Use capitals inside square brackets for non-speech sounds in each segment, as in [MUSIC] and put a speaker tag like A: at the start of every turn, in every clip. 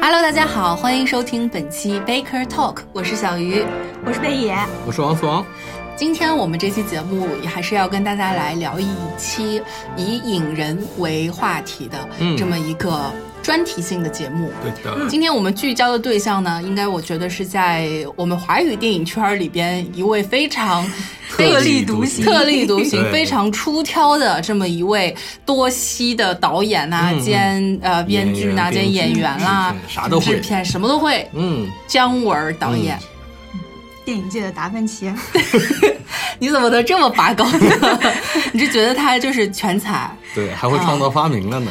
A: Hello，大家好，欢迎收听本期 Baker Talk，我是小鱼。
B: 我是贝爷，
C: 我是王思王，
A: 今天我们这期节目也还是要跟大家来聊一期以引人为话题的
C: 嗯
A: 这么一个专题性的节目。
C: 对的，
A: 今天我们聚焦的对象呢，应该我觉得是在我们华语电影圈里边一位非常
C: 特立独行
A: 特立独行、
C: 对
A: 非常出挑的这么一位多栖的导演呐、
C: 嗯嗯
A: 兼呃编剧呐、兼
C: 编
A: 演
C: 剧
A: 员啦、
C: 制片啥都会
A: 制片什么都会。
C: 嗯，
A: 姜文儿导演，
B: 电影界的达芬 [LAUGHS] 奇，
A: 你怎么能这么拔高呢？ [LAUGHS] 你是觉得他就是全才，
C: 对，还会创造发明了呢，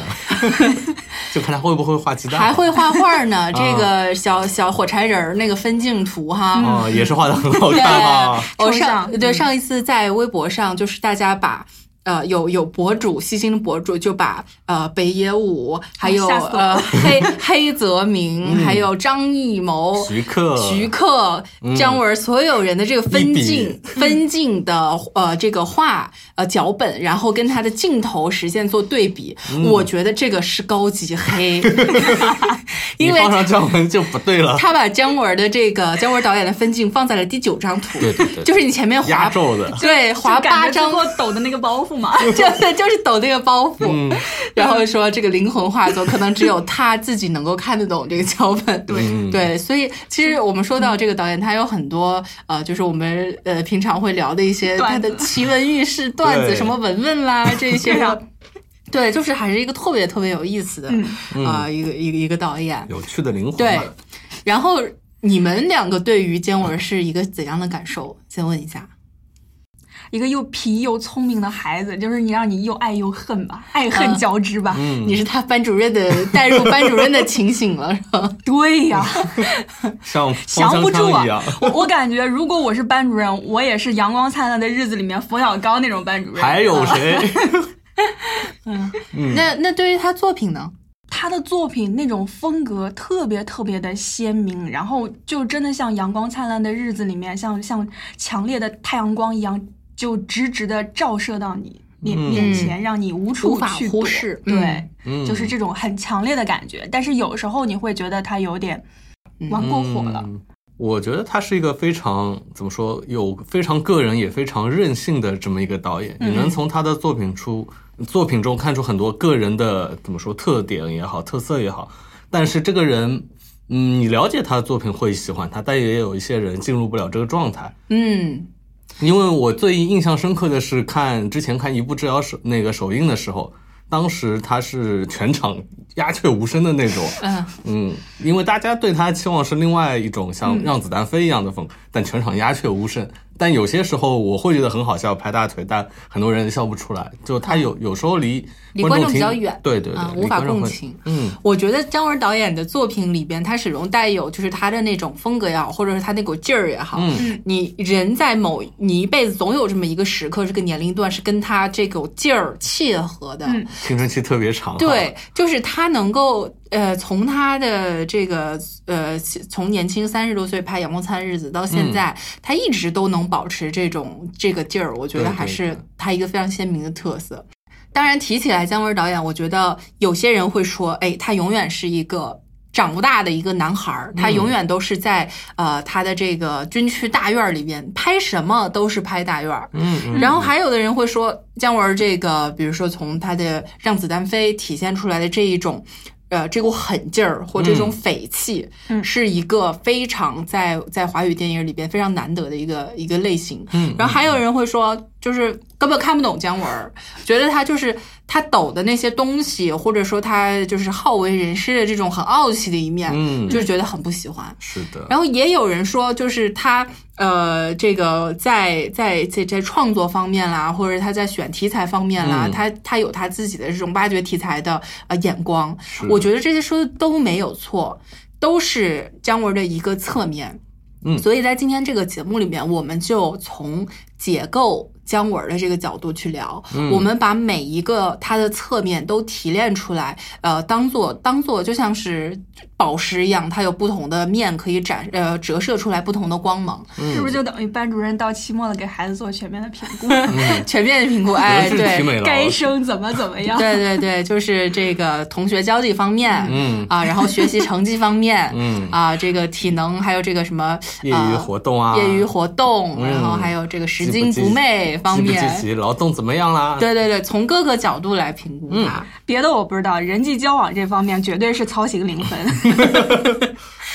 C: [LAUGHS] 就看他会不会画鸡蛋，
A: 还会画画呢？这个小小火柴人儿那个分镜图哈，
C: 哦，也是画的很好
A: 对
C: 看啊，，
A: 我
B: 抽
A: 上
B: 象
A: 对
B: 嗯
A: 上一次在微博上，就是大家把。呃，有有博主，细心的博主就把呃北野武，还有
B: 哦吓死我
A: 呃黑 [LAUGHS] 黑泽明，还有张艺谋、
C: 嗯徐克，嗯
A: 徐克、姜文儿所有人的这个分镜
C: 一
A: [LAUGHS] 分镜的呃这个画呃脚本，然后跟他的镜头实现做对比，
C: 嗯
A: 我觉得这个是高级
C: [LAUGHS]
A: 黑，
C: 你
A: 因为
C: 放上姜文就不对
A: [LAUGHS]
C: 了，
A: 他把姜文儿的这个姜文儿导演的分镜放在了第九张图，
C: 对对对对
A: 就是你前面
C: 压
A: 划
C: 轴的，
A: 对划
B: 就感觉
A: 八张
B: 最，后抖的那个包袱嘛。
A: 真的就是 [LAUGHS] 抖那个包袱，
C: 嗯
A: 然后说这个灵魂画作可能只有他自己能够看得懂这个脚本，对、
C: [LAUGHS] 嗯
A: 对，所以其实我们说到这个导演，他有很多呃，就是我们呃平常会聊的一些他
B: 段
A: 的
B: 子
A: 奇闻异事、段子，
C: 对
A: 什么文文啦这一些
B: 对
A: 的
B: 啊。嗯
A: 对，就是还是一个特别特别有意思的啊、
C: 嗯
A: 呃一个一个一个导演。
C: 有趣的灵魂嘛，
A: 对，然后你们两个对于姜文是一个怎样的感受？先问一下。
B: [LAUGHS] 一个又皮又聪明的孩子，就是你让你又爱又恨吧，爱恨交织吧。
C: 嗯
A: 你是他班主任的带入班主任的情景了，是
C: [LAUGHS]
A: 吧？
B: 对呀、
C: 像
B: 降
C: 方香
B: 不住
C: 香
B: 啊 [LAUGHS]
C: 一样，！ [LAUGHS]
B: 我我感觉，如果我是班主任，我也是阳光灿烂的日子里面冯小刚那种班主任。
C: 还有谁？嗯
A: 那那对于他作品呢？
B: 他的作品那种风格特别特别的鲜明，然后就真的像《阳光灿烂的日子》里面，像像强烈的太阳光一样，就直直的照射到你面
C: 嗯
B: 面前，让你无
A: 无
B: 处
A: 法
B: 去
A: 忽
B: 躲
A: 视
B: 对，
C: 嗯
B: 就是这种很强烈的感觉。但是有时候你会觉得他有点玩过火了，
C: 嗯我觉得他是一个非常怎么说，有非常个人也非常任性的这么一个导演。
B: 嗯
C: 你能从他的作品出作品中看出很多个人的怎么说特点也好，特色也好。但是这个人，嗯，你了解他的作品会喜欢他，但也有一些人进入不了这个状态。
A: 嗯，
C: 因为我最印象深刻的是看之前看《一步之遥》首那个首映的时候，当时他是全场鸦雀无声的那种，
A: 嗯
C: 嗯，因为大家对他期望是另外一种像让子弹飞一样的风，
A: 嗯
C: 但全场鸦雀无声。但有些时候我会觉得很好笑，拍大腿，但很多人笑不出来。就他有、有时候离
A: 嗯离
C: 观
A: 观众比
C: 挺
A: 较远
C: 对对对，
A: 啊
C: 离
A: 无法
C: 观众
A: 共
C: 会
A: 情。
C: 嗯，
A: 我觉得姜文导演的作品里边，他始终带有就是他的那种风格也好，或者是他那股劲儿也好。嗯，你人在某你一辈子总有这么一个时刻，这个年龄段是跟他这股劲儿切合的。
B: 嗯
C: 青春期特别长。
A: 对，就是他能够呃，从他的这个呃，从年轻三十多岁拍《阳光灿烂日子》到
C: 嗯
A: 现在，他一直都能保持这种这个劲儿，我觉得
C: 对
A: 还
C: 对
A: 是
C: 对
A: 他一个非常鲜明的特色。当然，提起来姜文导演，我觉得有些人会说，哎，他永远是一个。长不大的一个男孩儿，
C: 嗯
A: 他永远都是在、呃他的这个军区大院儿里边拍什么都是拍大院儿，
C: 嗯嗯，
A: 然后还有的人会说姜文儿这个，比如说从他的《让子弹飞》体现出来的这一种。呃，这股狠劲儿或这种匪气，
B: 嗯
A: 是一个非常在在华语电影里边非常难得的一个一个类型。
C: 嗯
A: 然后还有人会说，就是根本看不懂姜文儿，觉得他就是他抖的那些东西，或者说他就是好为人师的这种很傲气的一面，
C: 嗯
A: 就是觉得很不喜欢。
C: 是的，
A: 然后也有人说，就是他呃，这个在在在在创作方面啦，或者他在选题材方面啦，
C: 嗯
A: 他他有他自己的这种挖掘题材的呃眼光。我觉得这些说的都没有错，都是姜文的一个侧面。
C: 嗯
A: 所以在今天这个节目里面，我们就从解构姜文儿的这个角度去聊，
C: 嗯
A: 我们把每一个他的侧面都提炼出来，呃，当做当做就像是宝石一样，它有不同的面可以展呃折射出来不同的光芒，
B: 是不是就等于班主任到期末了，给孩子做全面的评估，
C: 嗯
A: 全面的评估，哎，
C: 德智体
A: 对。
C: 美劳，
B: 该生怎么怎么样？
A: 对对对，就是这个同学交际方面，
C: 嗯
A: 啊，然后学习成绩方面，
C: 嗯
A: 啊，这个体能，还有这个什么
C: 业余
A: 呃
C: 活动啊，
A: 业余活动，然后
C: 嗯
A: 还有这个拾
C: 积不
A: 金
C: 积
A: 不昧方面，
C: 积不积极，劳动怎么样啦？
A: 对对对，从各个角度来评
C: 嗯
A: 估它。
B: 别的我不知道，人际交往这方面绝对是操行零分。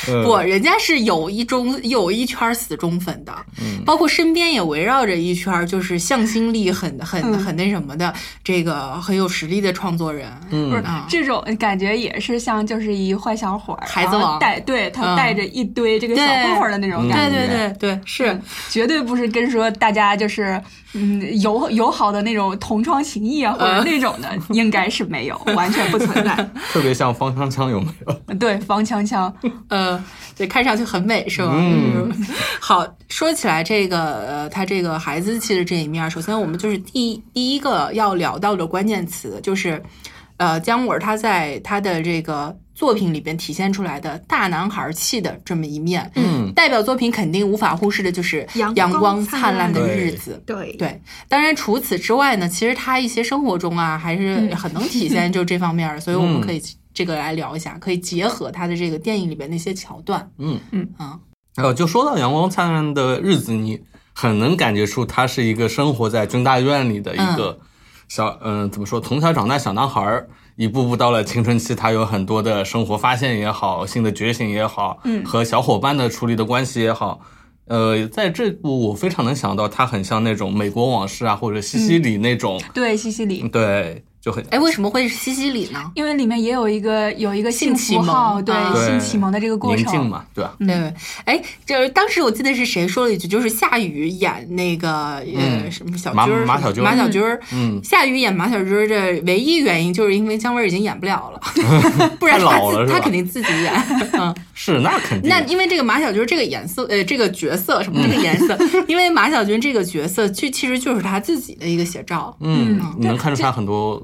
C: 嗯，
A: 不，人家是有一中有一圈儿死忠粉的，
C: 嗯
A: 包括身边也围绕着一圈儿就是向心力很很很那什么的，这个很有实力的创作人。
C: 嗯
B: 不是
A: 啊
B: 这种感觉也是像就是一坏小伙儿，
A: 孩子王
B: 然后带对
A: 嗯
B: 他带着一堆这个小
A: 对
B: 混混儿的那种
C: 嗯
B: 感
A: 对
B: 觉。嗯
A: 对对对，是
B: 绝对不是跟说大家就是嗯友友好的那种同窗情谊啊，或
A: 嗯
B: 者那种的，
A: [LAUGHS]
B: 应该是没有，完全不存在。
C: 特别像方昌昌有没有？ [LAUGHS]
B: 对，方强强，
A: 呃，对，看上去很美，是吧？
C: 嗯
A: 就是 [LAUGHS] 好，说起来这个呃，他这个孩子气的这一面儿，首先我们就是第一第一个要聊到的关键词就是，呃，姜文儿他在他的这个作品里边体现出来的大男孩气的这么一面，
C: 嗯
A: 代表作品肯定无法忽视的就是
B: 阳
A: 《
B: 光
A: 阳光
B: 灿
A: 灿
B: 烂
A: 烂
B: 的
A: 的
C: 日
A: 日
C: 子
A: 子》。
B: 对
A: 对，当然除此之外呢，其实他一些生活中啊，还是很能体现就这方面儿，所以
C: 嗯
A: 我们可以这个来聊一下，可以结合他的这个电影里边的一些桥段。
C: 嗯
A: 嗯啊，
C: 呃，就说到《阳光灿烂的日子》，你很能感觉出他是一个生活在军大院里的一个小，嗯、怎么说，从小长大小男孩儿，一步步到了青春期，他有很多的生活发现也好，性的觉醒也好，嗯，和小伙伴的处理的关系也好。呃，在这部我非常能想到，他很像那种美国往事啊，或者西
A: 嗯
C: 西里那种，
B: 对，西西里。
C: 对，就很
A: 哎，为什么会是西西里呢？
B: 因为里面也有一个有一个
A: 性启
B: 符
A: 蒙
B: 号，对
A: 啊
C: 对
B: 性启蒙的这个过
C: 宁静
B: 程，
C: 嘛，对吧、
A: 对，哎，就是当时我记得是谁说了一句，就是夏雨演那个呃
C: 嗯
A: 什么小
C: 马
A: 军儿，
C: 马小军儿
A: 马小军儿，
C: 嗯，
A: 夏雨演马小军儿的唯一原因就是因为姜文儿已经演不了
C: [LAUGHS]
A: 了，不然
C: 太
A: 他
C: 老
A: 自
C: 了是
A: 他
C: 吧
A: 肯定自己演，嗯。
C: 是那肯定，
A: 那因为这个马小军这个颜色，呃，这个角色什么这个颜色，因为马小军这个角色，就其实就是他自己的一个写照。
C: 嗯
A: 嗯，
C: 你能看出他很多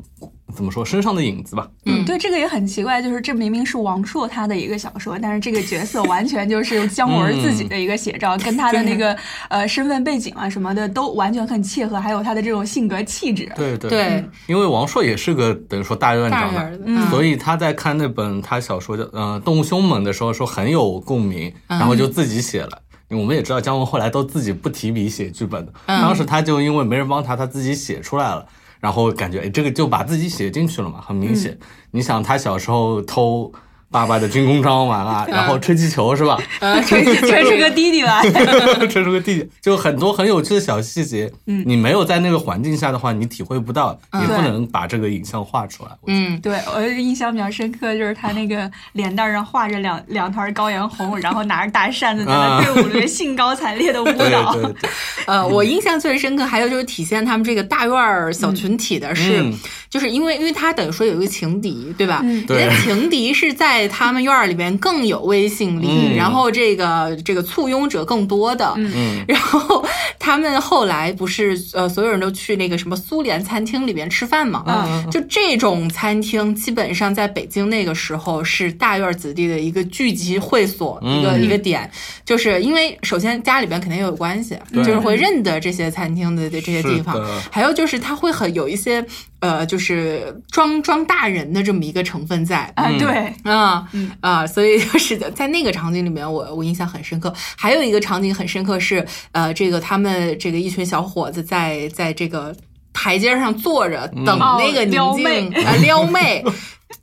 C: 怎么说身上的影子吧？
A: 嗯
B: 对这个也很奇怪，就是这明明是王朔他的一个小说，但是这个角色完全就是姜文自己的一个写照，跟他的那个呃身份背景啊什么的都完全很契合，还有他的这种性格气质。
C: 对对，
A: 对，
C: 因为王朔也是个等于说大院
A: 大
C: 长
A: 人
C: 嘛
A: 儿，子，
B: 嗯
C: 所以他在看那本他小说叫呃《动物凶猛》的时候，说很有共鸣，然后就自己写了。因为我们也知道姜文后来都自己不提笔写剧本的，
A: 嗯
C: 当时他就因为没人帮他，他自己写出来了。然后感觉哎，这个就把自己写进去了嘛，很明显。你想他小时候偷爸爸的军功章完 [LAUGHS] 啊，然后吹气球是吧？
A: 呃，
B: 这这是个弟弟吧？
C: [LAUGHS] 吹出个地，就很多很有趣的小细节。嗯，你没有在那个环境下的话，你体会不到，
B: 嗯
C: 你不能把这个影像画出来。我觉得
A: 嗯，
B: 对我印象比较深刻，就是他那个脸蛋儿上画着两两团高原红，然后拿着大扇子在那队伍里面兴高采烈的舞
C: 对
B: 蹈。
C: 对对，
A: 呃，我印象最深刻，还有就是体现他们这个大院儿小群体的是，
C: 嗯
A: 就是因为因为他等于说有一个情敌，对吧？
B: 嗯
A: 人家
C: 对
A: 情敌是在他们院儿里边更有威信力，
C: 嗯
A: 然后这个这个簇拥者更多的，
C: 嗯
A: 然后他们后来不是呃，所有人都去那个什么苏联餐厅里边吃饭嘛？
B: 嗯
A: 就这种餐厅，基本上在北京那个时候是大院子弟的一个聚集会所，一个
C: 嗯
A: 一个点。就是因为首先家里边肯定有关系，
C: 对
A: 就是会认得这些餐厅的这这些地方
C: 是的，
A: 还有就是他会很有一些呃，就是装装大人的这么一个成分在。
B: 啊，对，
A: 啊
B: 嗯
A: 啊，所以 [LAUGHS] 就是在那个场景里面我，我印象很深刻。还有一个场景很深刻是，呃，这个他们这个一群小伙子在在这个台阶上坐着等
B: 哦
A: 那个宁
B: 撩
A: 静
B: 妹
A: 啊、撩妹。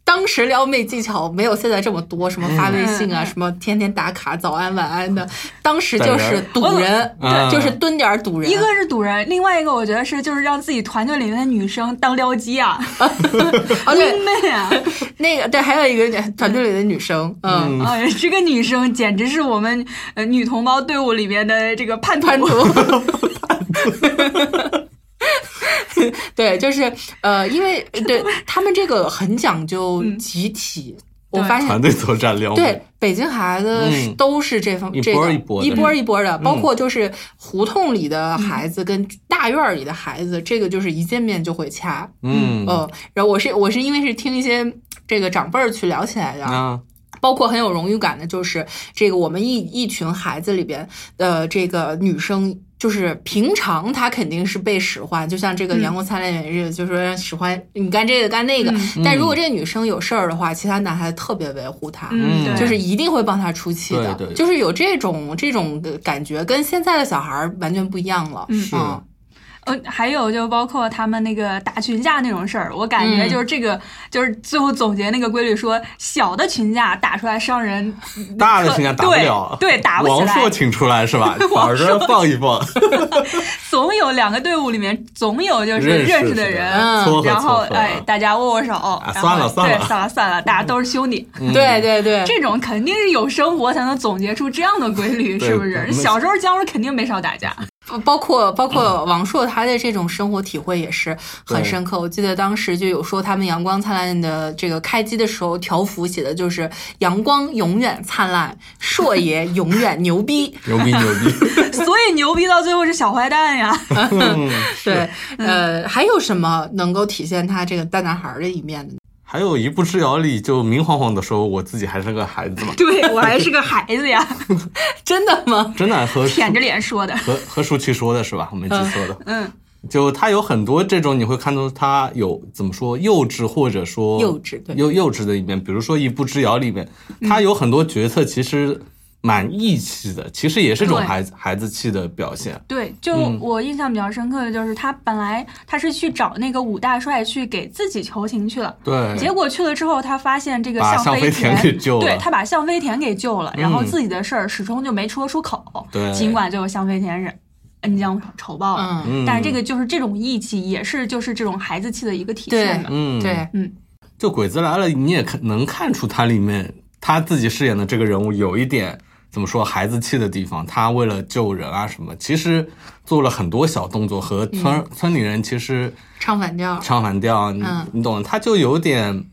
A: 当时撩妹技巧没有现在这么多，什么发微信啊，
B: 嗯嗯
A: 什么天天打卡、早安、晚安的。当时就是堵
B: 等
A: 人，
C: 我懂对
A: 就是蹲点儿堵人。
B: 哦一个是堵人，另外一个我觉得是就是让自己团队里面的女生当撩机啊，
A: 哦，
B: [LAUGHS]
A: 对，
B: 妹啊，
A: 那个对，还有一个团队里的女生，嗯
B: [LAUGHS]
C: 嗯
B: 哎，这个女生简直是我们呃女同胞队伍里面的这个叛徒。
A: 叛徒。对，就是呃，因为对他们这个很讲究集体。我发现
C: 团队作战撩妹，
A: 对，北京孩子是
C: 嗯
A: 都是这方、
C: 一
A: 这
C: 波
A: 个
C: 一波的嗯
A: 一波一波的，包括就是胡同里的孩子跟大院儿里的孩子，这个就是一见面就会掐。
C: 嗯
B: 哦
A: 嗯，然后我是我是因为是听一些这个长辈儿去聊起来的，
C: 啊，
A: 包括很有荣誉感的，就是这个我们一一群孩子里边的这个女生。就是平常她肯定是被使唤，就像这个《阳光灿烂的日》就说让使唤你干这个干那个。
C: 嗯
A: 但如果这个女生有事儿的话，其他男孩子特别维护她。
B: [LAUGHS] 嗯，对
A: 就是一定会帮他出气的，
C: 对对
A: 就是有这种这种感觉，跟现在的小孩儿完全不一样了。
B: 嗯
C: 是
A: 嗯
B: 呃，还有就包括他们那个打群架那种事儿，我感觉
A: 嗯
B: 就是这个，就是最后总结那个规律说，小的群架打出来伤人，
C: 大的群架打不
B: 对
C: 了，
B: 对打不起
C: 王
B: 来
C: 朔请出来是
B: [LAUGHS]
C: 吧？把着 [LAUGHS] 放一放，
B: 总有两个队伍里面总有 [LAUGHS] 就是
C: 认识
B: 认识的
C: 是吧
B: 人，
A: 嗯
C: 撮合
B: 然后
C: 撮合啊
B: 哎，大家握握手，然后
C: 算了算了
B: 对，算了算了，大家都是兄弟，
C: 嗯
A: 对对对，
B: [LAUGHS] 这种肯定是有生活才能总结出这样的规律，
C: 对
B: 是不
C: 我
B: 是？
C: 们
B: 小时候姜文肯定没少打架，
A: 包括包括王朔他的这种生活体会也是很
C: 对
A: 深刻。我记得当时就有说他们《阳光灿烂》的这个开机的时候，条幅写的就是“阳光永远灿烂，朔 [LAUGHS] 爷永远牛逼
C: 牛逼牛
B: [LAUGHS]
C: 逼，嗯
B: 所以牛逼到最后是小坏蛋呀。”。 [LAUGHS]
A: 对，呃，还有什么能够体现他这个大男孩儿的一面的呢？
C: 还有一步之遥里就明晃晃的说我自己还是个孩子嘛，
B: 对我还是个孩子呀，
A: 真的吗？
C: 真的啊和
B: 舔着脸说的。
C: 和和舒淇说的是吧？我没记错的，
B: 嗯，
C: 就他有很多这种，你会看到他有怎么说幼稚或者说
A: 幼稚对
C: 幼幼稚的一面，比如说《一步之遥》里面，
B: 嗯
C: 他有很多角色其实蛮义气的，其实也是种
B: 对
C: 孩子孩子气的表现。
B: 对，就
C: 嗯
B: 我印象比较深刻的就是，他本来他是去找那个武大帅去给自己求情去了，
C: 对，
B: 结果去了之后，他发现这个
C: 嗯把向
B: 飞
C: 飞田给救了
B: 对他把向飞田给救了，然后
C: 嗯
B: 自己的事儿始终就没说出口，
C: 对
B: 尽管最后向飞田嗯是恩将仇报了，
A: 嗯，
B: 但是这个就是这种义气，也是就是这种孩子气的一个体
A: 对
B: 现吧。
C: 嗯，
A: 对，
C: 就《鬼子来了》，你也看能看出它里面他自己饰演的这个人物有一点怎么说孩子气的地方。他为了救人啊什么，其实做了很多小动作，和村、
B: 嗯
C: 村里人其实
A: 唱反调。
C: 唱反调，你、
A: 嗯
C: 你懂的，他就有点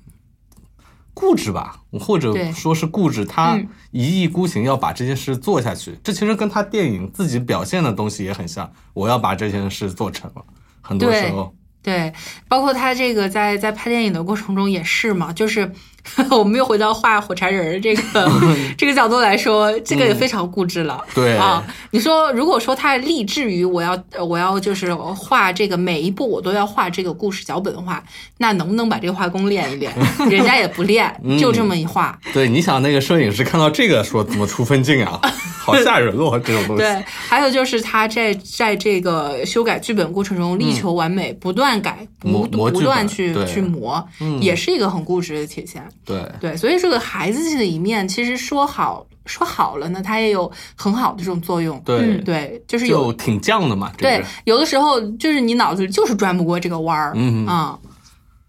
C: 固执吧，或者
A: 对
C: 说是固执，他
A: 嗯
C: 一意孤行要把这件事做下去。这其实跟他电影自己表现的东西也很像，我要把这件事做成了。很多
A: 对
C: 时候，
A: 对，包括他这个在在拍电影的过程中也是嘛，就是 [LAUGHS] 我们又回到画火柴人儿这
C: [LAUGHS]
A: 个这个角度来说，这个也非常固执了。
C: 嗯对
A: 啊，你说如果说他立志于我要呃我要就是画这个每一步我都要画这个故事脚本画，那能不能把这个画功练一练？人家也不
C: [LAUGHS]
A: 练，
C: 嗯
A: 就这么一画。
C: 对，你想那个摄影师看到这个说怎么出分镜
A: [LAUGHS]
C: 啊，好吓人哦，这种东西。
A: 对，还有就是他在在这个修改剧本过程中力求完美，不断改，不
C: 嗯磨磨
A: 不
C: 剧
A: 断
C: 本
A: 去
C: 对嗯
A: 去磨，也是一个很固执的体现。
C: 对
A: 对，所以这个孩子气的一面，其实说好说好了呢，它也有很好的这种作用。
C: 对
A: 嗯对，就是有
C: 就挺犟的嘛，这个
A: 对
C: 人
A: 有的时候就是你脑子就是转不过这个弯儿，
C: 嗯
A: 啊、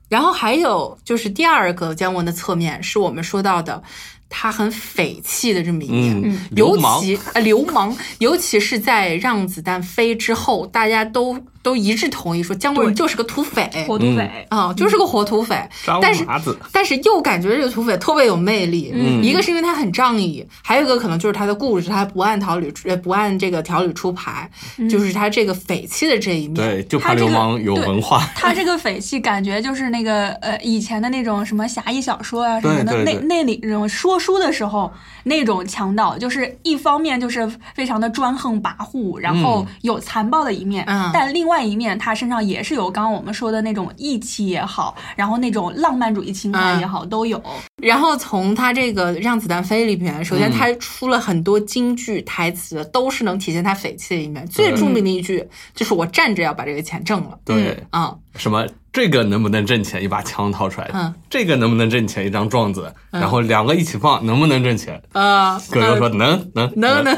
A: 然后还有就是第二个姜文的侧面，是我们说到的。他很匪气的这么一面，
C: 嗯
A: 尤
C: 流氓
A: 其啊、流氓，尤其是在让子弹飞之后，大家都都一致同意说姜文
B: 对
A: 就是个土匪
B: 火
C: 嗯
B: 土匪，
A: 啊、就是个活土匪。
C: 张
A: 但是
C: 麻子，
A: 但是又感觉这个土匪特别有魅力，
B: 嗯
A: 一个是因为他很仗义，还有一个可能就是他的故事，他不按条理呃不按这个条理出牌，就是他这个匪气的这一面。
C: 对，就
B: 他
C: 怕
B: 这
C: 流
B: 个
C: 氓有
B: 对
C: 文化，
B: 他这个匪气感觉就是那个呃以前的那种什么侠义小说啊什么的，
C: 对对对
B: 那那里那种说书的时候那种强盗，就是一方面就是非常的专横跋扈，然后
C: 嗯
B: 有残暴的一面，
A: 嗯
B: 但另外一面他身上也是有刚刚我们说的那种义气也好，然后那种浪漫主义情
A: 嗯
B: 怀也好、都有。
A: 然后从他这个《让子弹飞》里面，首先
C: 嗯
A: 他出了很多京剧台词，都是能体现他匪气的一面。最
C: 对
A: 著名的一句就是“我站着要把这个钱挣了”。
C: 对，
A: 啊、
C: 什么这个能不能挣钱，一把枪掏出来，
A: 嗯
C: 这个能不能挣钱，一张状子，然后两个一起放，能不能挣钱？
A: 呃，
C: 葛优说能能
A: 能能，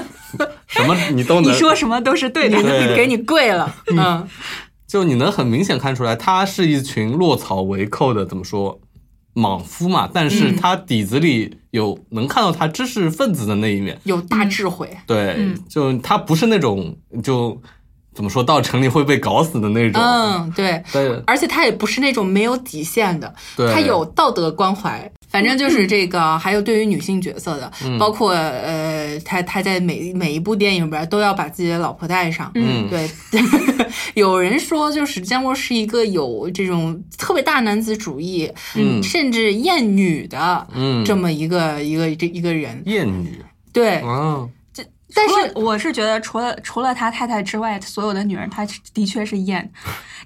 A: [LAUGHS]
C: 什么你都
B: 你
C: 能，
B: 说什么都是对的
A: 你，
C: [LAUGHS] 对
A: 你给你跪了，嗯
C: 就你能很明显看出来，他是一群落草为寇的，怎么说，莽夫嘛。但是
A: 嗯
C: 他底子里有能看到他知识分子的那一面，
A: 有大智慧。
C: 对，
A: 嗯
C: 就他不是那种就怎么说到城里会被搞死的那种，
A: 嗯，对。
C: 对
A: 而且他也不是那种没有底线的，
C: 对嗯
A: 他有道德关怀。反正就是这个，还有对于女性角色的，包括呃，他他在每每一部电影里边都要把自己的老婆带上。
C: 嗯
A: 对， [LAUGHS] 有人说就是姜文是一个有这种特别大男子主义，
C: 嗯
A: 甚至厌女的
C: 嗯，
A: 这么一个一个这一个人。
C: 艳女
A: 对，
C: 啊，
A: 但
B: 除
A: 是
B: 了我是觉得，除了除了他太太之外，所有的女人，她的确是艳。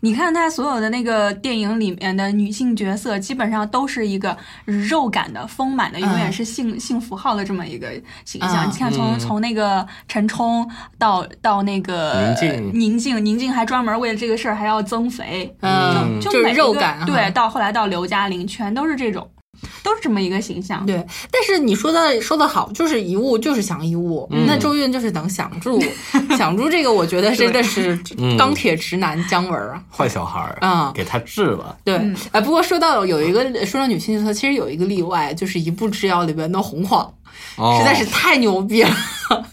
B: 你看他所有的那个电影里面的女性角色，基本上都是一个肉感的、丰满的，永远是性、性符号的这么一个形象。
A: 嗯
B: 你看从，从
C: 嗯
B: 那个陈冲到到那个
C: 宁静
B: 宁静，宁静还专门为了这个事儿还要增肥，
A: 嗯，
C: 嗯
A: 就
B: 每
A: 是
B: 一个
A: 肉感哈
B: 对，到后来到刘嘉玲，全都是这种，都是这么一个形象。
A: 对，但是你说的说的好，就是一物就是想一物，
C: 嗯
A: 那周韵就是等想
C: [LAUGHS]
A: 住，想住这个我觉得真的是
C: 嗯
A: 钢铁直男姜文儿啊。
C: 坏小孩儿
A: 啊
C: 给他治了。
A: 对，哎、不过说到有一个说到女性角色，其实有一个例外，就是一步之遥里边的洪晃，
C: 哦
A: 实在是太牛逼了，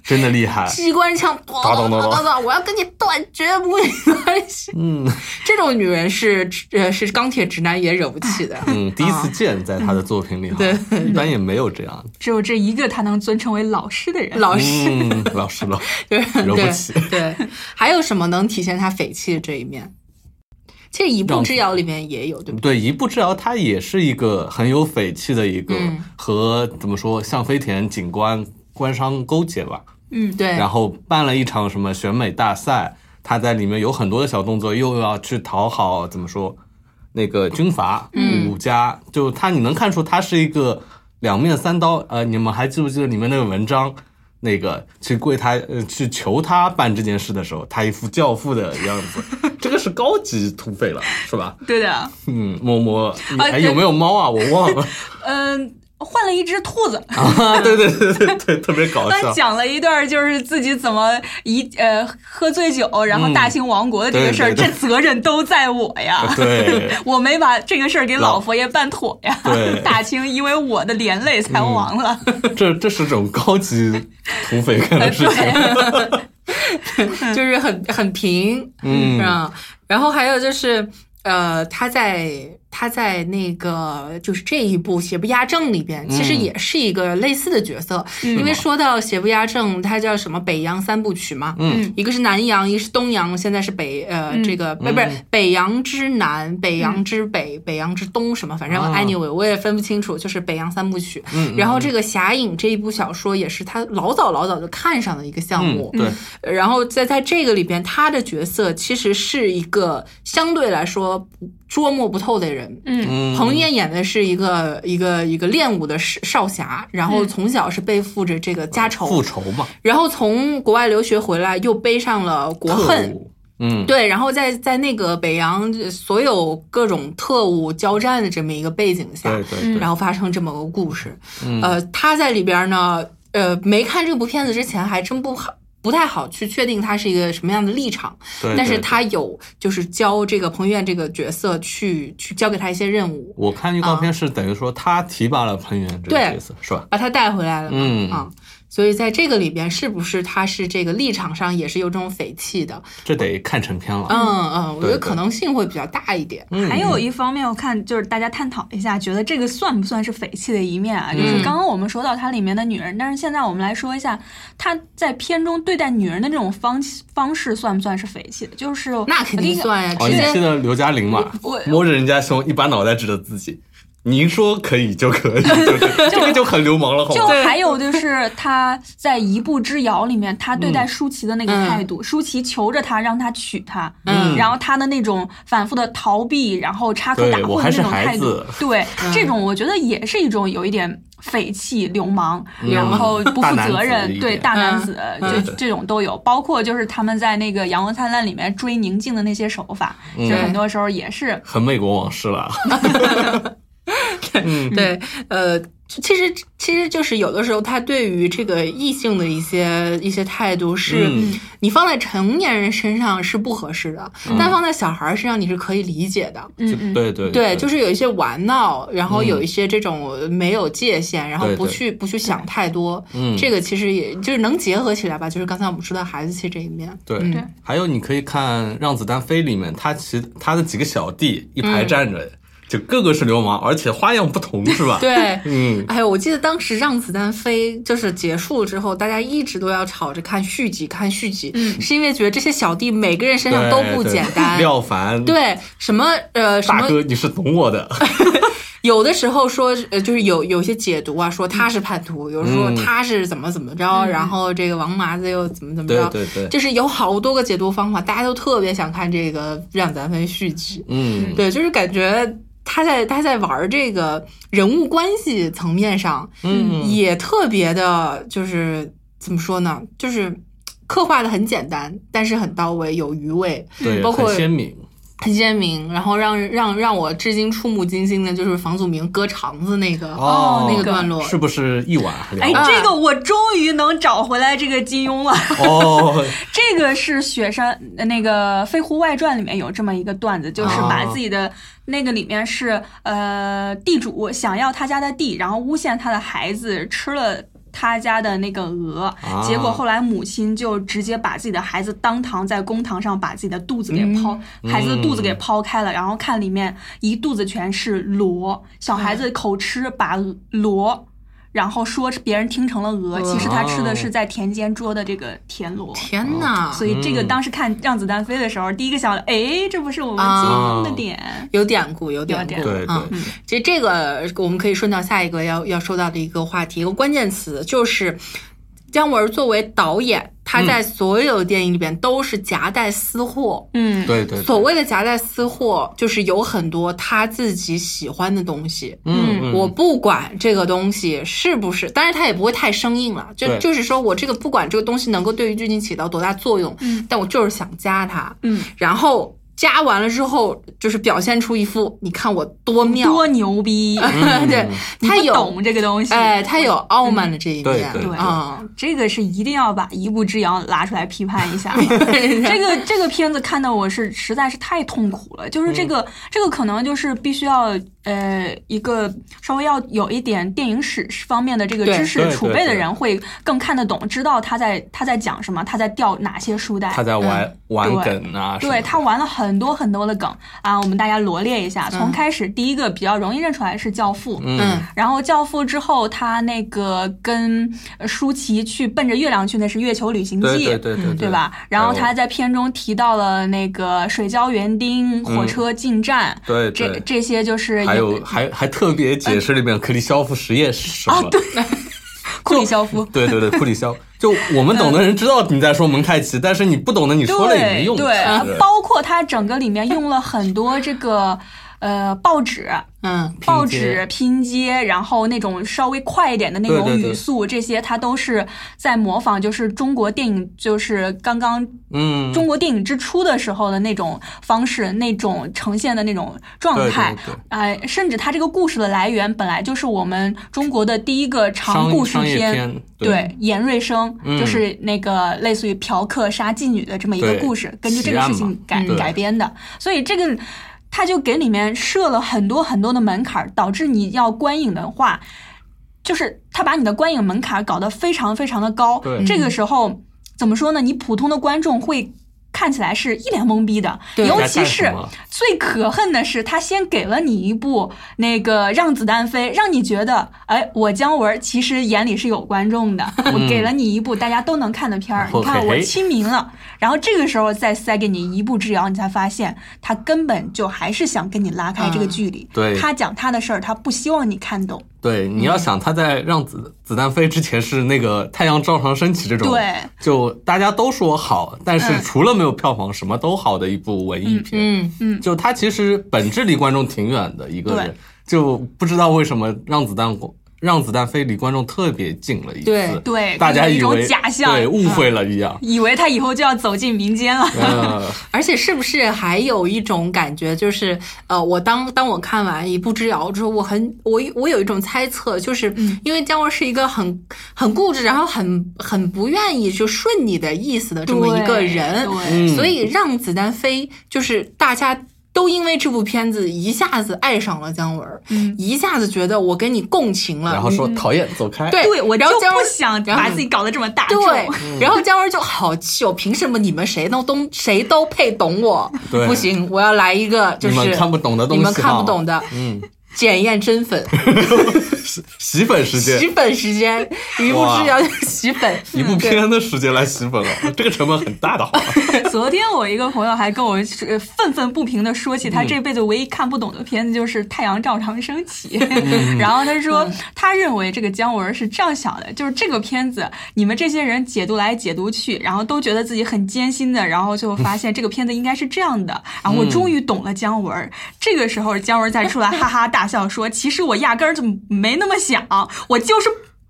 C: 真的厉害，
A: 机关枪，咚
C: 打咚
A: 咚
C: 咚
A: 咚，我要跟你断绝母女关系。 [LAUGHS]
C: 嗯
A: 这种女人是呃是钢铁直男也惹不起的。
C: 嗯，第一次见在他的作品里，
A: 对，
C: 一般也没有这样的，
B: 只有这一个他能尊称为老师的人。
A: 老师，
C: 嗯，老师了，
A: [LAUGHS] 对
C: 惹不
A: 对
C: 起
A: 对，还有什么能体现他匪气的这一面？其实《一步之遥》里面也有，对不对？
C: 对，一步之遥，它也是一个很有匪气的一个
A: 嗯
C: 和怎么说，向飞田警官官商勾结吧，
A: 对
C: 然后办了一场什么选美大赛，他在里面有很多的小动作，又要去讨好怎么说那个军阀武家，就他你能看出他是一个两面三刀。呃，你们还记不记得里面那个文章？那个去跪他，呃，去求他办这件事的时候，他一副教父的样子， [LAUGHS] 这个是高级土匪了，是吧？
B: 对的，
C: 嗯，摸摸，你
B: 啊
C: 哎，
B: 对
C: 有没有猫啊？我忘 [LAUGHS] 了
B: 嗯，换了一只兔子，
C: 啊！对对对对对，特别搞
B: 他
C: 笑。
B: 讲了一段就是自己怎么一呃喝醉酒，然后大清亡国的这个事儿，
C: 嗯对对
B: 这责任都在我呀。
C: [LAUGHS] 对，
B: 我没把这个事儿给
C: 老
B: 老佛爷办妥呀 [LAUGHS]
C: 对，嗯
B: 大清因为我的连累才亡了。
C: 这这是种高级土 [LAUGHS] 匪干的事情。
A: 就是很 [LAUGHS] 很平，
C: 嗯
A: 啊。然后还有就是，呃，他在他在那个就是这一部《邪不压正》里边，其实
C: 嗯
A: 也是一个类似的角色，因为说到《邪不压正》，它叫什么北洋三部曲嘛，
C: 嗯，
A: 一个是南洋，一个是东洋，现在是北呃、这个不是不是
C: 嗯
A: 北洋之南、北洋之北、北洋之东什么，反正
C: 啊
A: anyway 我也分不清楚，就是北洋三部曲。
C: 嗯
A: 然后这个《侠影》这一部小说也是他老早老早就看上的一个项目呃
C: 嗯，，对，
A: 然后在在这个里边，他的角色其实是一个相对来说捉摸不透的人。
C: 嗯，
A: 彭于晏演的是一个一个一个练武的少少侠，然
C: 嗯
A: 后从小是背负着这个家
C: 复
A: 仇，
C: 仇嘛，
A: 然后从国外留学回来又背上了国
C: 特
A: 恨。
C: 务，嗯，
A: 对，然后在在那个北洋呃所有各种特务交战的这么一个背景下，
C: 对对对，
A: 然后发生这么个故事。
C: 嗯
A: 呃，他在里边呢，呃，没看这部片子之前还真不好。不太好去确定他是一个什么样的立场，
C: 对
A: 但是
C: 对
A: 他有就是教这个彭于晏这个角色去去交给他一些任务，
C: 我看预告片是等于说他提拔了彭于晏这个
A: 啊对
C: 角色，是吧？
A: 把他带回来了嘛。
C: 嗯
A: 啊，所以在这个里边，是不是他是这个立场上也是有这种匪气的？
C: 这得看成片了。
A: 嗯嗯，我觉得
C: 对对
A: 可能性会比较大一点。
B: [LAUGHS]
C: 嗯，
B: 还有一方面，我看就是大家探讨一下，觉得这个算不算是匪气的一面
C: 嗯
B: 啊？就是刚刚我们说到它里面的女人，但是现在我们来说一下，她在片中对待女人的这种方方式算不算是匪气的？就是呃
A: 那肯定算呀，
C: 哦，
A: 直
C: 你
A: 接
C: 记得刘嘉玲嘛
B: 我？
C: 摸着人家胸，一把脑袋指着自己，您说可以
A: [LAUGHS]
C: 就可以，就是这个就很流氓了，好
B: 就
C: 吗？
B: 还有就是他在《一步之遥》里面，他对待
C: 嗯
B: 舒淇的那个态度，舒淇求着他让他娶她，
A: 嗯
B: 然后他的那种反复的逃避，然后插科打
C: 对我
B: 诨
C: 还
B: 的
C: 是
B: 那种
C: 孩
B: 态度
C: 子，
B: 对，
A: 嗯
B: 这种我觉得也是一种有一点匪气、流氓，
C: 嗯
B: 然后不
C: 大
B: 负
C: 男
B: 责
C: 子
B: 任
C: 一，点
B: 对大男子，
A: 嗯
B: 就
C: 嗯
B: 这种都有，包括就是他们在那个《阳光灿烂》里面追宁静的那些手法，就
C: 嗯
B: 很多时候也是，
C: 很美国往事了，
A: [LAUGHS]
C: 嗯
A: 对，呃，其实其实就是有的时候，他对于这个异性的一些一些态度是，
C: 嗯
A: 你放在成年人身上是不合适的，但放在小孩儿身上你是可以理解的。
B: 嗯
C: 就
B: 嗯。
C: 嗯对对嗯
A: 对，就是有一些玩闹，然后有一些这种没有界限，然后
C: 对
A: 不
C: 对
A: 去不去想太多，
C: 嗯
A: 这个其实也就是能结合起来吧，就是刚才我们说到孩子气这一面，
C: 对，
A: 嗯
B: 对
C: 还有你可以看《让子弹飞》里面，他其他的几个小弟一排站着，就个个是流氓，而且花样不同，是吧？
A: 嗯
C: [LAUGHS]
A: 对，
C: 嗯，
A: 哎呦，我记得当时《让子弹飞》就是结束之后，大家一直都要吵着看续集，看续集，
B: 嗯
A: 是因为觉得这些小弟每个人身上都不
C: 对
A: 简单。
C: 廖凡，，
A: 对，什么呃，什
C: 大
A: 么
C: 哥，你是懂我的，
A: 有的时候说，呃，就是有有一些解读啊，说他是叛徒，有的时候
C: 嗯
A: 他是怎么怎么着，然后这个王麻子又怎么怎么嗯
C: 对
A: 着，
C: 对对，
A: 就是有好多个解读方法，大家都特别想看这个《让咱们续集》。
C: 嗯，
A: 对，就是感觉他在他在玩这个人物关系层面上，
C: 嗯
A: 也特别的，就是怎么说呢，就是刻画的很简单，但是很到位，有余味，
C: 对，
A: 嗯包括
C: 很鲜明，
A: 很鲜明。然后让让让我至今触目惊心的就是房祖名割肠子那个、
C: 哦
A: 那个段落，
C: 是不是一碗？
B: 哎，
C: 两碗
B: 这个我终于能找回来这个金庸了。
A: [LAUGHS]
C: 哦，
B: 这个是雪山呃那个《飞狐外传》里面有这么一个段子，就是把自己的那个里面是呃地主想要他家的地，然后诬陷他的孩子吃了。他家的那个鹅
C: 啊，
B: 结果后来母亲就直接把自己的孩子当堂在公堂上把自己的肚子给剖，孩子的肚子给剖开了，然后看里面一肚子全是螺，小孩子口吃把螺，然后说别人听成了鹅，其实他吃的是在田间捉的这个田螺。
A: 天呐，
B: 所以这个
C: 嗯
B: 当时看《让子弹飞》的时候，第一个想，哎，这不是我们
A: 啊
B: 金庸的点。
A: 有典故，有典
B: 有
A: 故，
B: 典故
C: 对
A: 啊
C: 对，
A: 其实这个我们可以顺到下一个要要说到的一个话题，一个关键词就是姜文作为导演，他
C: 嗯
A: 在所有的电影里边都是夹带私货。
B: 嗯，
C: 对对，
A: 所谓的夹带私货，就是有很多他自己喜欢的东西。
C: 嗯，嗯
A: 我不管这个东西是不是，当然他也不会太生硬了，就
C: 对
A: 就是说我这个不管这个东西能够对于剧情起到多大作用，
B: 嗯
A: 但我就是想加它，
B: 嗯，
A: 然后加完了之后，就是表现出一副你看我多妙，
B: 多牛逼！
A: [LAUGHS]
C: 嗯
A: 对
B: 你
A: 啊他
B: 不
A: 有
B: 懂这个东西，
A: 哎，他有傲慢的这一面，
C: 对
B: 对对
A: 啊， [LAUGHS]
B: 这个是一定要把一步之遥拉出来批
A: [LAUGHS]
B: 判一下。
A: 嗯
B: 这个这个片子看的我是实在是太痛苦了，
A: 嗯
B: 就是这个、这个可能就是必须要呃一个稍微要有一点电影史方面的这个
A: 对
B: 知识
C: 对
B: 储
C: 对
B: 备的
C: 对
B: 人会更看得懂，知道他在他在讲什么，他在掉哪些书袋，
C: 他在
A: 嗯
C: 玩玩梗啊，什么
B: 对
C: 的
B: 他玩了很多很多的梗啊，我们大家罗列一下。从开始第一个比较容易认出来是《教父》，
A: 嗯
C: 嗯，
B: 然后《教父》之后他那个跟呃舒淇去奔着月亮去，那是《月球旅行记》。
C: 对对对
A: 嗯
C: 对
B: 对吧？然后他在片中提到了那个水浇园丁、火车进站，
C: 对
B: 这
C: 对，
B: 嗯这些就是
C: 还有还还特别解释了一遍克里肖夫实验是什么。
B: 啊，对，库里肖 [LAUGHS] 夫，
C: [LAUGHS] 对对对，库里肖，就我们懂的人知道你在说蒙太奇，但是你不懂的你说了也没
B: 对
C: 用。
B: [LAUGHS] 对，包括他整个里面用了很多这个呃报纸，
A: 嗯，
B: 报
C: 拼接
B: 纸拼接，然后那种稍微快一点的那种
C: 对对对
B: 语速，这些它都是在模仿，就是中国电影，就是刚刚
C: 嗯，
B: 中国电影之初的时候的那种方式，那种呈现的那种状态
C: 对对对。
B: 哎，甚至它这个故事的来源本来就是我们中国的第一个长
C: 商
B: 故事
C: 商业片，
B: 对，严瑞生、
C: 嗯
B: 就是那个类似于嫖客杀妓女的这么一个
C: 对
B: 故事，根据这个
C: 奇案
B: 事
C: 嘛
B: 情改
C: 嗯
B: 改编的，所以这个。他就给里面设了很多很多的门槛儿，导致你要观影的话，就是他把你的观影门槛儿搞得非常非常的高。
C: 对
B: 这个时候怎么说呢？你普通的观众会看起来是一脸懵逼的，
A: 对
B: 尤
C: 在
B: 其
C: 干
B: 是
C: 什么
B: 最可恨的是，他先给了你一部那个《让子弹飞》，让你觉得，哎，我姜文其实眼里是有观众的，
C: 嗯
B: [LAUGHS] 我给了你一部大家都能看的片儿
C: 然，后
B: 你看
C: 嘿
B: 我
C: 嘿
B: 亲民了。然后这个时候再塞给你一步之遥，你才发现他根本就还是想跟你拉开
A: 嗯
B: 这个距离。
C: 对
B: 他讲他的事儿，他不希望你看懂。
C: 对，你要想他在让子子弹飞之前是那个太阳照常升起这种，
B: 对，
C: 就大家都说好，但是除了没有票房，什么都好的一部文艺片，
A: 嗯
B: 嗯
C: 就他其实本质离观众挺远的一个人
B: 对，
C: 就不知道为什么让子弹让子弹飞离观众特别近了一次，
A: 对
B: 对
C: 大家
B: 有一
C: 以
B: 种
C: 为
B: 假象
C: 对
A: 嗯
C: 误会了
A: [LAUGHS]
C: 一样，
B: 以为他以后就要走进民间了。
C: 呃，
A: 而且是不是还有一种感觉，就是呃，我当当我看完《一步之遥》之后，我很我我有一种猜测，就是
B: 嗯
A: 因为姜文是一个很很固执，然后很很不愿意就顺你的意思的这么一个人，
B: 对对
C: 嗯
A: 所以让子弹飞就是大家。都因为这部片子一下子爱上了姜文，
B: 嗯
A: 一下子觉得我跟你共情了，
C: 然后说讨厌，走开。
A: 对
B: 对我
A: 然后
B: 就
A: 姜
B: 不
A: 文
B: 想
A: 然后
B: 把自己搞得这么大众。
A: 对，然后姜文就好气哦，凭什么你们谁都懂，谁都配懂我？
C: 对
A: 不行，我要来一个就
C: 你
A: 是
C: 们看不懂的东西
A: 你
C: 哈
A: 们看不懂的，
C: 嗯，
A: 检验真粉、
C: 洗粉时间
A: 洗，粉时间，一步之遥就是洗粉，
C: [LAUGHS]
A: 嗯
C: 一部片的时间来洗粉了，这个成本很大的，好吧？
B: [LAUGHS] 昨天我一个朋友还跟我说呃愤愤不平的说起他这辈子唯一看不懂的片子就是《太阳照常升起》，然后他说他认为这个姜文是这样想的，就是这个片子你们这些人解读来解读去，然后都觉得自己很艰辛的，然后就发现这个片子应该是这样的，然后我终于懂了姜文。这个时候姜文再出来哈哈大笑说：“其实我压根儿就没那么想，我就是。”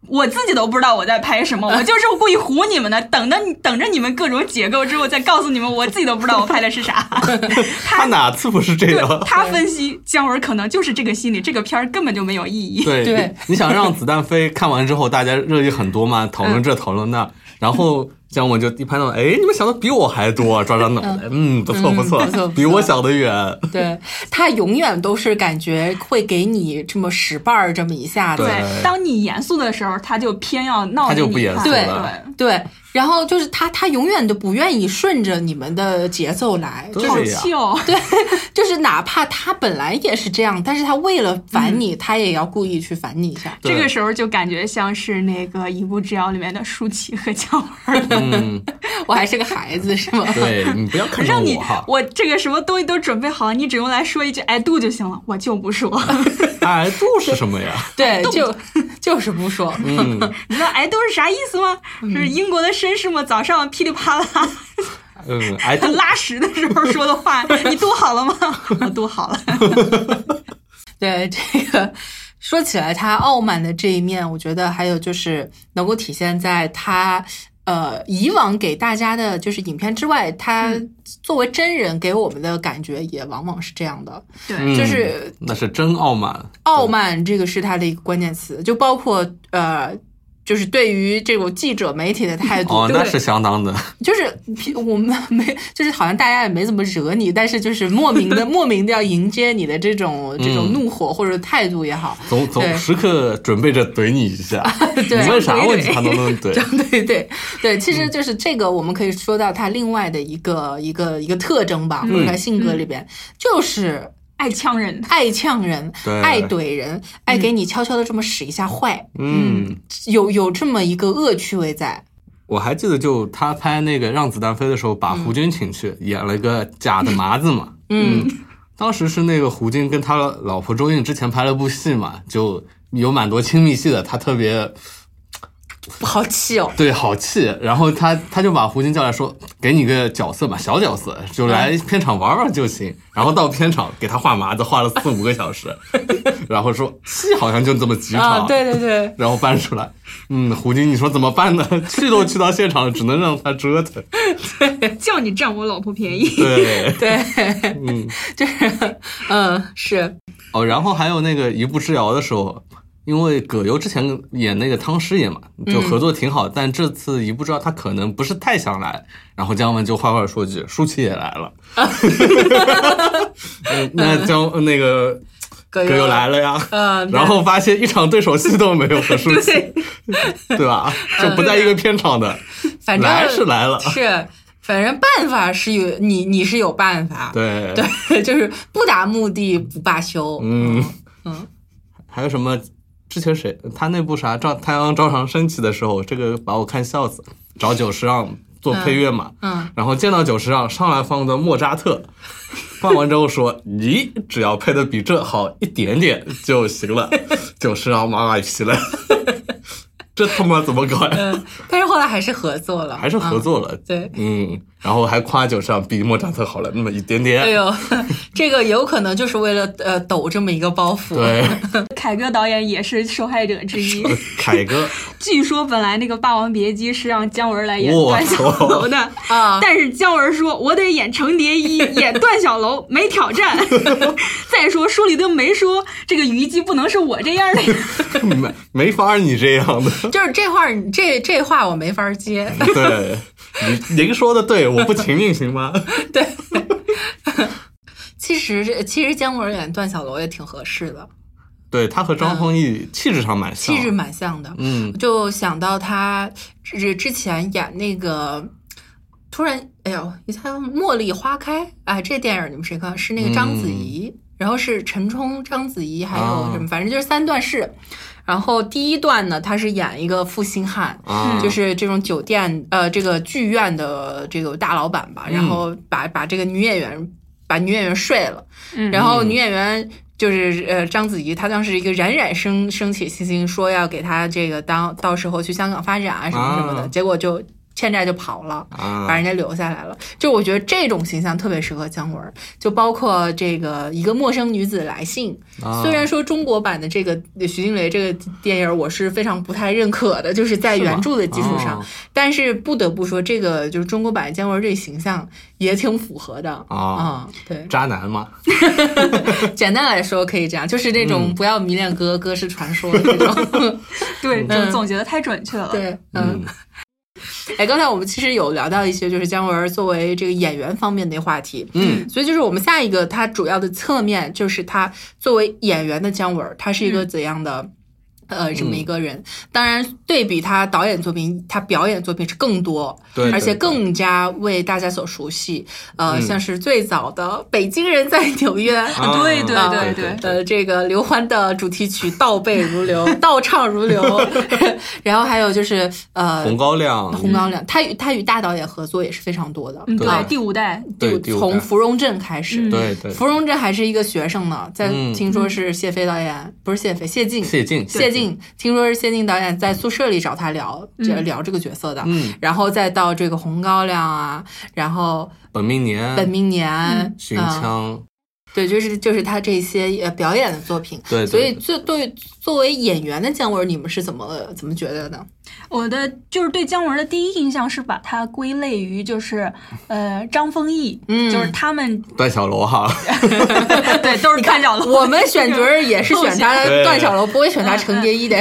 B: 我自己都不知道我在拍什
C: 嗯
B: 么，我就是故意唬你们的，等着等着你们各种解构之后再告诉你们，我自己都不知道我拍的是
C: [LAUGHS]
B: 啥。
C: 他哪次不是这
B: 对
C: 样？
B: 他分析姜文可能就是这个心理，这个片儿根本就没有意义。
C: 对，
A: [LAUGHS] 对嗯
C: 你想让子弹飞看完之后，大家热议很多嘛，讨论这讨论那，然后姜文就一拍脑袋，哎，你们想的比我还多，抓抓脑袋，嗯，不错
A: 嗯
C: 不错
A: 不错，不
C: 比
A: 错
C: 我想的远。
A: 对他永远都是感觉会给你这么使绊儿，这么一下子。
C: 对
B: 当你严肃的时候，他就偏要闹
C: 他
B: 给
C: 就
B: 你
C: 不严
B: 看
C: 肃
B: 对
C: 了
A: 对，然后就是他，他永远都不愿意顺着你们的节奏来，
C: 对
B: 好
C: 呀
B: 气哦。
A: 对，就是哪怕他本来也是这样，但是他为了烦你，他也要故意去烦你一下。
C: 对
B: 这个时候就感觉像是那个《一步之遥》里面的舒淇和姜文，
C: 嗯，
A: 我还是个孩子，是吗？
C: 对你不要看上 [LAUGHS]
B: 让你
C: 哈，
B: 我这个什么东西都准备好，你只用来说一句 “I do” 就行了，我就不说。
C: 矮哎度是什
A: [LAUGHS]
C: 么呀？
B: [LAUGHS]
A: 对，就就是不说。
C: 嗯，
B: 你知道 “I do” 是啥意思吗？
A: 嗯
B: 是英国的绅士嘛，早上噼里啪啦
C: 嗯，矮度
B: 拉屎的时候说
A: [LAUGHS]
B: 的话。你都好了吗？我都好了。
A: 对这个说起来，他傲慢的这一面，我觉得还有就是能够体现在他呃以往给大家的就是影片之外，他作为真人给我们的感觉也往往是这样的，
B: 对，
C: 嗯
A: 就是
C: 那是真傲慢，
A: 傲慢这个是他的一个关键词，就包括呃。就是对于这种记者媒体的态度，
C: 哦，
A: 对
C: 那是相当的，
A: 就是我们 [LAUGHS] 没，就是好像大家也没怎么惹你，但是就是莫名
C: [LAUGHS]
A: 的、莫名的要迎接你的这种这种
C: 嗯
A: 怒火或者态度也好，
C: 总总
A: 对
C: 时刻准备着怼你一下，
A: [LAUGHS]
C: 你
A: 对
C: 问啥问题他都能
A: [LAUGHS]
C: 怼。
A: 对对对，其
C: 嗯
A: 实就是这个，我们可以说到他另外的一个一个一个特征
C: 嗯
A: 吧，或者他性格里边，就是
B: 爱呛人。
A: 爱呛人
C: 对、
A: 爱怼人、爱给你悄悄的这么使一下坏，
C: 嗯，
A: 有有这么一个恶趣味在。
C: 我还记得，就他拍那个《让子弹飞》的时候，把胡军请去、演了一个假的麻子嘛。
A: [LAUGHS] 嗯，
C: 当时是那个胡军跟他老婆周韵之前拍了部戏嘛，就有蛮多亲密戏的，他特别
A: 好气哦。
C: 对好气，然后他他就把胡军叫来说，给你个角色吧，小角色，就来
A: 嗯
C: 片场玩玩就行。然后到片场给他画麻子，画了四五个
A: [LAUGHS]
C: 小时，然后说戏好像就这么几场，
A: 啊，对对对，
C: 然后搬出来，嗯，胡军，你说怎么办呢？ [LAUGHS] 去都去到现场了，只能让他折腾。
B: [LAUGHS] 叫你占我老婆便宜。
C: 对，
A: 对，就是，嗯，是，
C: 哦，然后还有那个《一步之遥》的时候，因为葛优之前演那个汤师爷嘛，就合作挺好，但这次《一步之遥》他可能不是太想来，然后姜文就坏坏说句：“舒淇也来 [LAUGHS] 了。嗯”那姜那个
A: 葛
C: 葛优来
A: 了，
C: 了哎呀。
A: 嗯，
C: 然后发现一场对手戏都没有和舒淇，对吧？就不在一个片场的，
A: 反正
C: 来是来 [LAUGHS] 了，
A: 是，反正办法是有，你你是有办法，
C: 对
A: 对，就是不达目的不罢休。
C: 嗯
A: 嗯，
C: 还有什么？之前谁他那部啥照太阳照常升起的时候，这个把我看笑死。找久石让做配乐嘛，
A: 嗯，
C: 然后见到久石让上来放的莫扎特，放完之后说：“ [LAUGHS] 你只要配的比这好一点点就
A: [LAUGHS]
C: 行了。”久石让妈妈批了， [LAUGHS] 这他妈怎么搞
A: 嗯
C: 呀？
A: 但是后来还是合作了，
C: 还是合
A: 啊。
C: 作了，
A: 对，
C: 嗯，然后还夸久石让比莫扎特好了那么一点点，
A: 哎呦， [LAUGHS] 这个有可能就是为了呃抖这么一个包袱。，
C: 对，
B: [LAUGHS] 凯歌导演也是受害者之一。
C: 凯哥，
B: [LAUGHS] 据说本来那个《霸王别姬》是让姜文来演
C: 我
B: 段小
C: 操
A: [LAUGHS]
B: 楼的，
A: 啊，
B: 但是姜文说：“我得演程蝶衣，演段小楼，没挑战。” [LAUGHS] 再说书里都没说这个虞姬不能是我这样的。
C: 没没法儿你这样的，
A: 就是这话儿，这这话我没法儿接。 [LAUGHS] [LAUGHS]
C: 对，您您说的对，我不情命行吗？
A: 对。其实其实姜文演段小楼也挺合适的，
C: 对他和张丰毅气质上蛮像，
A: 气质蛮像的。
C: 嗯，
A: 就想到他之之前演那个，突然哎呦，你猜《茉莉花开》哎，这电影你们谁看？是那个章子怡，然后是陈冲、章子怡，还有什么，
C: 啊
A: 反正就是三段式。然后第一段呢，他是演一个负心汉，
C: 啊，
A: 就是这种酒店呃这个剧院的这个大老板吧，然后把把这个女演员把女演员睡了，
B: 嗯
A: 然后女演员。就是呃，章子怡，她当时一个冉冉升升起信心，说要给她这个当到时候去香港发展啊什么什么的，
C: 啊
A: 结果就欠债就跑了。把
C: 啊，
A: 人家留下来了。就我觉得这种形象特别适合姜文儿，就包括这个一个陌生女子来信。
C: 啊
A: 虽然说中国版的这个呃徐静蕾这个电影我是非常不太认可的，就是在
C: 是吗
A: 原著的基础上，
C: 哦
A: 但是不得不说，这个就是中国版姜文儿这形象也挺符合的。
C: 啊，
A: 嗯，对，
C: 渣男嘛，
A: 简单来说可以这样，就是那
C: 嗯
A: 种不要迷恋哥，哥是传说的这
C: [LAUGHS]
A: 种。
B: [LAUGHS] 对，
A: 嗯
B: 总总结的太准确了。
A: 对，嗯，哎，刚才我们其实有聊到一些，就是姜文儿作为这个演员方面的话题，
C: 嗯
A: 所以就是我们下一个他主要的侧面，就是他作为演员的姜文儿，他是一个
C: 嗯
A: 怎样的、呃这么一个人？当然，对比他导演作品，他表演作品是更多，
C: 对
A: 而且
C: 对对
A: 更加为大家所熟悉。呃，
C: 嗯
A: 像是最早的《北京人在纽约》
C: [LAUGHS] 啊
B: 对对
A: 对
B: 对
A: 呃，这个刘欢的主题曲倒背如
B: [LAUGHS]
A: 流，倒唱如流，然后还有就是呃，
C: 红高粱，
A: 红高粱，他与他与大导演合作也是非常多的，
B: 嗯，
C: 对
B: 对，第五代，
C: 对第
A: 就
C: 五
A: 从
C: 代
A: 芙蓉镇开始，
B: 嗯
C: 对对，
A: 芙蓉镇还是一个学生呢，在
C: 嗯
A: 听说是谢飞导演，不是谢飞，谢晋，
C: 谢晋，
A: 谢，晋，听说是谢晋导演在宿舍里找他聊，这
B: 嗯
A: 聊这个角色的，
C: 嗯，
A: 然后再到这个红高粱啊，然后
C: 本命年，
A: 本命年
B: 嗯，
C: 寻
A: 嗯
C: 枪，
A: 对，就是就是他这些呃表演的作品，
C: 对，对
A: 所以
C: 对
A: 这对作为演员的姜文儿，你们是怎么怎么觉得的？
B: 我的就是对姜文的第一印象是把他归类于就是呃张丰毅，
A: 嗯
B: 就是
A: [LAUGHS]
B: 他们
C: 段小楼哈，
B: 对都是看角了。
A: 我们选角儿也是选
B: [LAUGHS]
A: 他
C: 对嗯
A: 段小楼，不会选他程蝶衣的。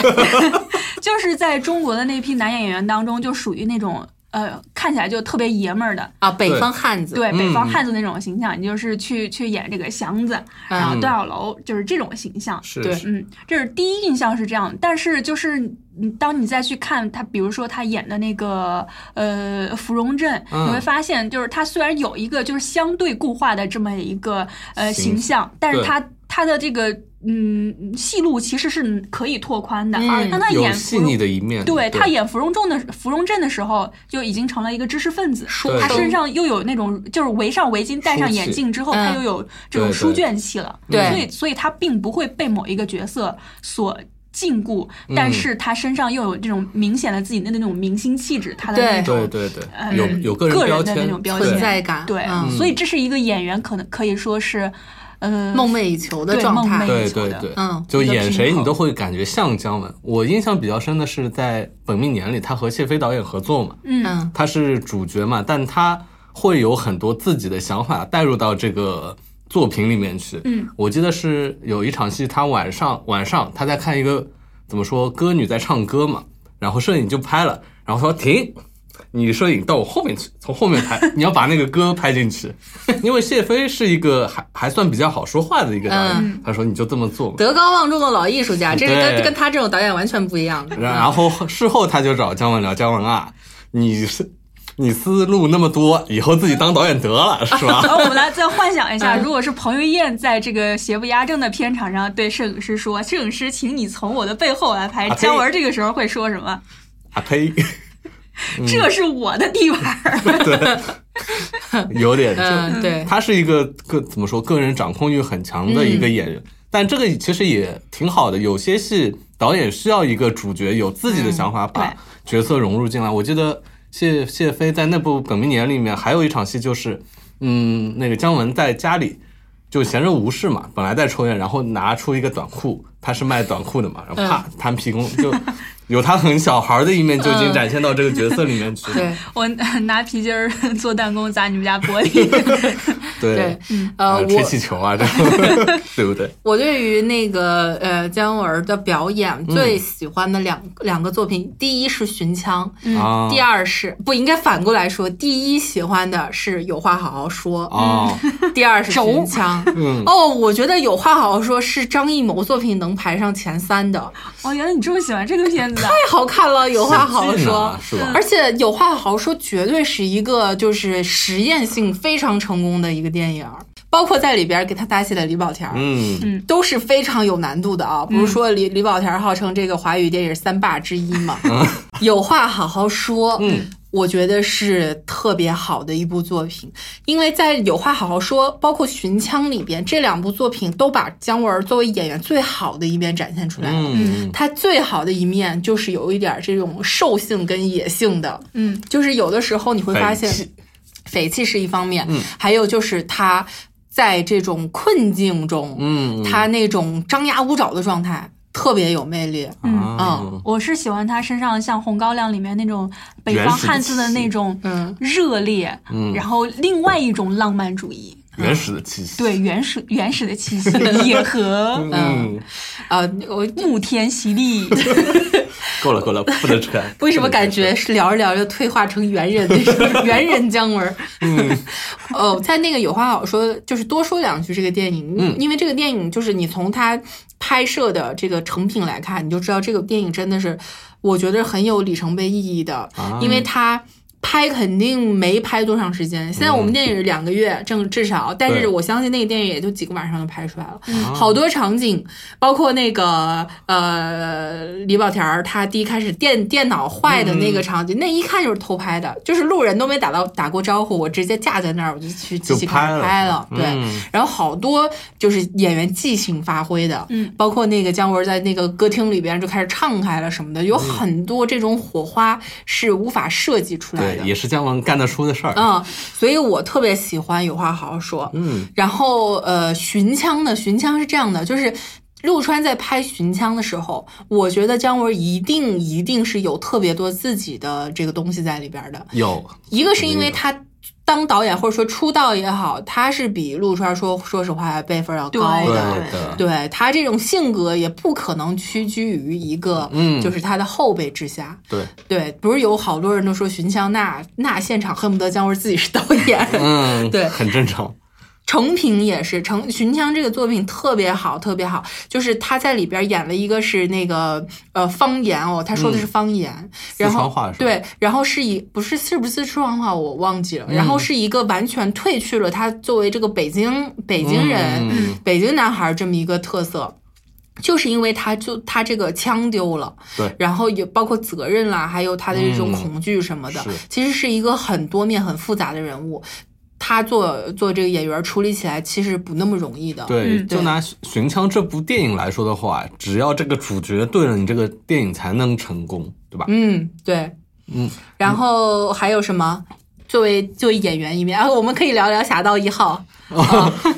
B: 就是在中国的那批男演员当中，就属于那种呃看起来就特别爷们儿的，
A: [LAUGHS] 啊，北方汉子，
B: 对北方
C: 嗯
B: 汉子那种形象，你就是去去演这个祥子，然后
A: 嗯
B: 段小楼就是这种形象。
A: 对
C: 是是
B: 嗯，这是第一印象是这样，但是就是你当你再去看他，比如说他演的那个呃《芙蓉镇》，
C: 嗯
B: 你会发现，就是他虽然有一个就是相对固化的这么一个呃
C: 形
B: 形象，但是
C: 对
B: 他他的这个嗯戏路其实是可以拓宽的，
A: 嗯
B: 而当他
C: 有
B: 演
C: 细
B: 芙蓉
C: 腻的一面，
B: 对他
C: 嗯对
B: 演芙蓉镇的芙蓉镇的时候，就已经成了一个知识分子。
A: 书
C: 对
B: 他
A: 生
B: 身上又有那种就是围上围巾、戴上眼镜之后，
A: 嗯
B: 他又有这种
C: 对对
B: 书卷气了。
A: 对
B: 所以所以他并不会被某一个角色所禁锢，但是他身上又有这种明显的自己的那种明星气质，他的那种
C: 对对
B: 呃
C: 对，有有个
B: 个人
C: 人标
B: 的
C: 签
B: 那种标
C: 对
A: 存
B: 签
A: 在感，
B: 对，
A: 嗯
B: 所以这是一个演员可能可以说是，呃，
A: 梦寐以求的
B: 对
A: 状
B: 梦
A: 态
B: 寐。
C: 对
B: 以求
C: 对
B: 的
C: 对，
A: 嗯
C: 就
B: 一个
C: 演
B: 平
C: 谁你都
B: 衡
C: 会感觉像姜文。我印象比较深的是在《本命年》里，他和谢飞导演合作嘛，
B: 嗯，
A: 嗯，
C: 他是主角嘛，但他会有很多自己的想法带入到这个作品里面去。
B: 嗯，
C: 我记得是有一场戏，他晚上晚上他在看一个怎么说歌女在唱歌嘛，然后摄影就拍了，然后说停。你摄影到我后面去，从后面拍， [LAUGHS] 你要把那个歌拍进去， [LAUGHS] 因为谢飞是一个还还算比较好说话的一个导演，他说你就这么做嘛，
A: 德高望重的老艺术家，这是跟
C: 对
A: 跟他这种导演完全不一样的。
C: 然然后事后他就找姜文聊，姜文啊，你是你思路那么多，以后自己当导演得了，是
B: 然 [LAUGHS]
C: 吧？ [LAUGHS]
B: 后我们来再幻想一下，
A: 嗯
B: 如果是彭于晏在这个邪不压正的片场上对摄影师说：“摄影师，请你从我的背后来拍。”
C: 啊
B: 姜文这个时候会说什么？
C: 啊呸， [LAUGHS] 嗯
B: 这是我的地盘儿。
C: 有点就
A: 嗯，对，
C: 他是一个个怎么说，个人掌控欲很强的
A: 嗯
C: 一个演员，但这个其实也挺好的。有些戏导演需要一个主角有自己的想
A: 嗯
C: 法，把
B: 对
C: 角色融入进来。我记得谢谢飞在那部《本命年》里面还有一场戏，就是嗯，那个姜文在家里。就闲着无事嘛，本来在抽烟，然后拿出一个短裤，他是卖短裤的嘛，然
A: 嗯
C: 后啪弹皮弓，
A: [LAUGHS]
C: 就有他很小孩的一面就已经展现到这个角色里面去。
A: 嗯对，
C: [LAUGHS]
B: 我拿皮筋儿做弹弓砸你们家玻璃。
A: 对，
B: 嗯
A: 呃，
C: 啊
A: 我
C: 吹气球啊，这
A: [LAUGHS]
C: 种对不对？
A: 我对于那个呃姜文的表演
C: 嗯
A: 最喜欢的两、两个作品，第一是《寻枪》
C: 啊，
A: 第二是不应该反过来说，第一喜欢的是有话好好说，
C: 哦，
A: 第二是
B: 轴
A: 寻枪。
C: [LAUGHS] 嗯
A: 哦，我觉得有话好好说是张艺谋作品能排上前三的，
B: 哦，原来你这么喜欢这个片子啊！
A: 太好看了。有话好好
C: 想进
A: 说
C: 啊，是吧
A: 而且有话好好说绝对是一个就是实验性非常成功的一个电影，包括在里边给他搭戏的李保田儿。
C: 嗯，
A: 都是非常有难度的啊！不是说李李保田号称这个华语电影三霸之一嘛？ [LAUGHS] 有话好好说，
C: 嗯，
A: 我觉得是特别好的一部作品，因为在《有话好好说》包括《寻枪》里边，这两部作品都把姜文作为演员最好的一面展现出来了。
C: 嗯，
A: 他最好的一面就是有一点儿这种兽性跟野性的，
B: 嗯，
A: 就是有的时候你会发现
C: 匪气，嗯
A: 匪气是一方面，还有就是他在这种困境中，
C: 嗯，
A: 他那种张牙舞爪的状态特别有魅力。
C: 啊，
B: 我是喜欢他身上像《红高粱》里面那种北方汉子的那种
A: 嗯
B: 热烈，
C: 嗯
B: 然后另外一种浪漫主义，
C: 原始的气息，
B: 对原始原始的气
C: [LAUGHS]
B: 息，野和
C: 嗯，
A: 呃，我
B: 沐天席地，
C: 够了够了，不能扯，
A: 为什么感觉是聊着聊着退化成猿人 [LAUGHS] 那种猿人姜文？嗯， [LAUGHS] 哦，在那个有话好说，就是多说两句这个电影，
C: 嗯
A: 因为这个电影就是你从它拍摄的这个成品来看，你就知道这个电影真的是，我觉得很有里程碑意义的，
C: 啊
A: 因为它。拍肯定没拍多长时间，现在我们电影是两个月正至少，但是
C: 嗯对
A: 我相信那个电影也就几个晚上就拍出来了。
C: 嗯
A: 好多场景，包括那个呃李保田儿他第一开始电电脑坏的
C: 嗯
A: 那个场景，那一看就是偷拍的，就是路人都没打到打过招呼，我直接架在那儿我就去机
C: 就
A: 器开
C: 拍
A: 始
C: 了
A: 拍了，对。
C: 嗯
A: 然后好多就是演员即兴发挥的，
B: 嗯，
A: 包括那个姜文在那个歌厅里边就开始唱开了什么的，有
C: 嗯
A: 很多这种火花是无法设计出来
C: 对
A: 的，，
C: 也是姜文干得出的事儿，
A: 嗯，所以我特别喜欢有话好好说，
C: 嗯，
A: 然后呃，寻枪的寻枪是这样的，就是。陆川在拍《寻枪》的时候，我觉得姜文一定一定是有特别多自己的这个东西在里边的。
C: 有，
A: 一个是因为
C: 嗯
A: 他当导演或者说出道也好，他是比陆川说说实话辈分要高
C: 对
A: 的，
C: 的，
A: 对他这种性格也不可能屈居于一个，
C: 嗯
A: 就是他的后辈之下。
C: 对，
A: 对，不是有好多人都说寻枪那那现场恨不得姜文自己是导
C: [LAUGHS]
A: 演，
C: 嗯，
A: 对
C: 很正常，
A: 成品也是成《寻枪》这个作品特别好，特别好，就是他在里边演了一个是那个呃方言哦，他说的是方言，然后
C: 嗯四川话是吧
A: 对，然后是以不是是不是四川话我忘记了，然后是一个完全褪去了他作为这个北京北京人、
C: 嗯
A: 北京男孩这么一个特色。就是因为他就他这个枪丢了，
C: 对
A: 然后也包括责任啦，还有他的这种
C: 嗯
A: 恐惧什么的，
C: 是
A: 其实是一个很多面很复杂的人物。他做做这个演员处理起来其实不那么容易的。
C: 对，
B: 嗯
C: 就
A: 对
C: 拿《寻枪》这部电影来说的话，只要这个主角对了，你这个电影才能成功，对吧？
A: 嗯，对，
C: 嗯。
A: 然后还有什么？作为作为演员一面，啊，我们可以聊聊《侠盗一号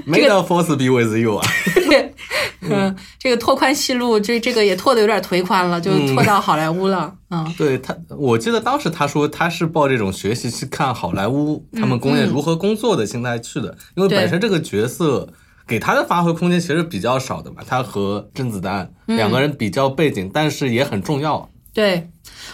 C: 没得 force be with you 啊，》。
A: 嗯，这个拓宽戏路，这这个也拓的有点颓宽了，就
C: 嗯
A: 拓到好莱坞了。嗯，
C: 对他，我记得当时他说他是抱这种学习去看好莱坞他们工业如何工作的心态去的，因
A: 嗯
C: 为
A: 对
C: 本身这个角色给他的发挥空间其实比较少的嘛，他和甄子丹
A: 嗯
C: 两个人比较背景，但是也很重要。
A: 对，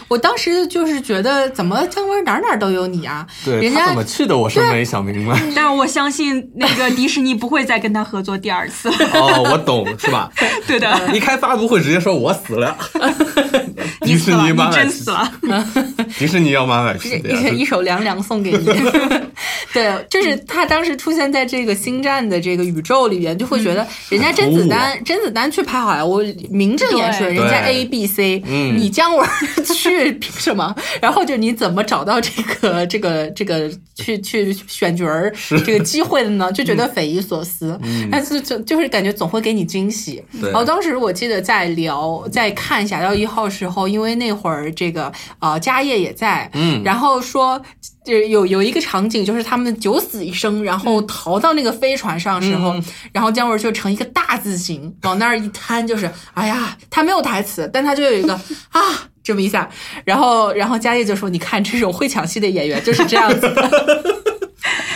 A: 我当时就是觉得，怎么姜文哪儿哪儿都有你啊？
C: 对
A: 人
C: 他
A: 家
C: 怎么去的，我是没想明白。
B: 但是我相信那个迪士尼不会再跟他合作第
A: [LAUGHS]
B: 二次，
C: 哦，我懂，是吧？
B: 对
A: 呃
B: 的，
C: 一开发布会直接说我死
A: [LAUGHS]
C: 了，迪
B: 你死
C: 士
B: 了，
C: 尼
B: 你
C: 妈妈
B: 真死了，
C: 迪士尼要妈买皮的呀，嗯
A: 一一首凉凉送给
C: [LAUGHS]
A: 你。对，就是他当时出现在这个星战的这个宇宙里边，就会觉
C: 嗯
A: 得人家甄子丹，甄子丹去拍好莱坞，名正言顺，
B: 对
A: 人家
C: 啊对
A: A B C，
C: 嗯
A: 你姜文儿 [LAUGHS] 去凭什么？然后就你怎么找到这个这个这个去去选角儿这个机会的呢？就觉得匪夷所思，但是就就是感觉总会给你惊喜。
C: 嗯
A: 哦
C: 对
A: 然后当时我记得在聊在看《侠盗一号》时候，因为那会儿这个呃家业也在，
C: 嗯
A: 然后说就是有有一个场景，就是他们九死一生，然后逃到那个飞船上的时
C: 嗯
A: 候，然后姜文就成一个大字形往那儿一摊，就是哎呀，他没有台词，但他就有一个 [LAUGHS] 啊。这么一下，
C: [LAUGHS]
A: 啊然后，然后家业就说：“你看，这种会抢戏的演员就是这样子的。”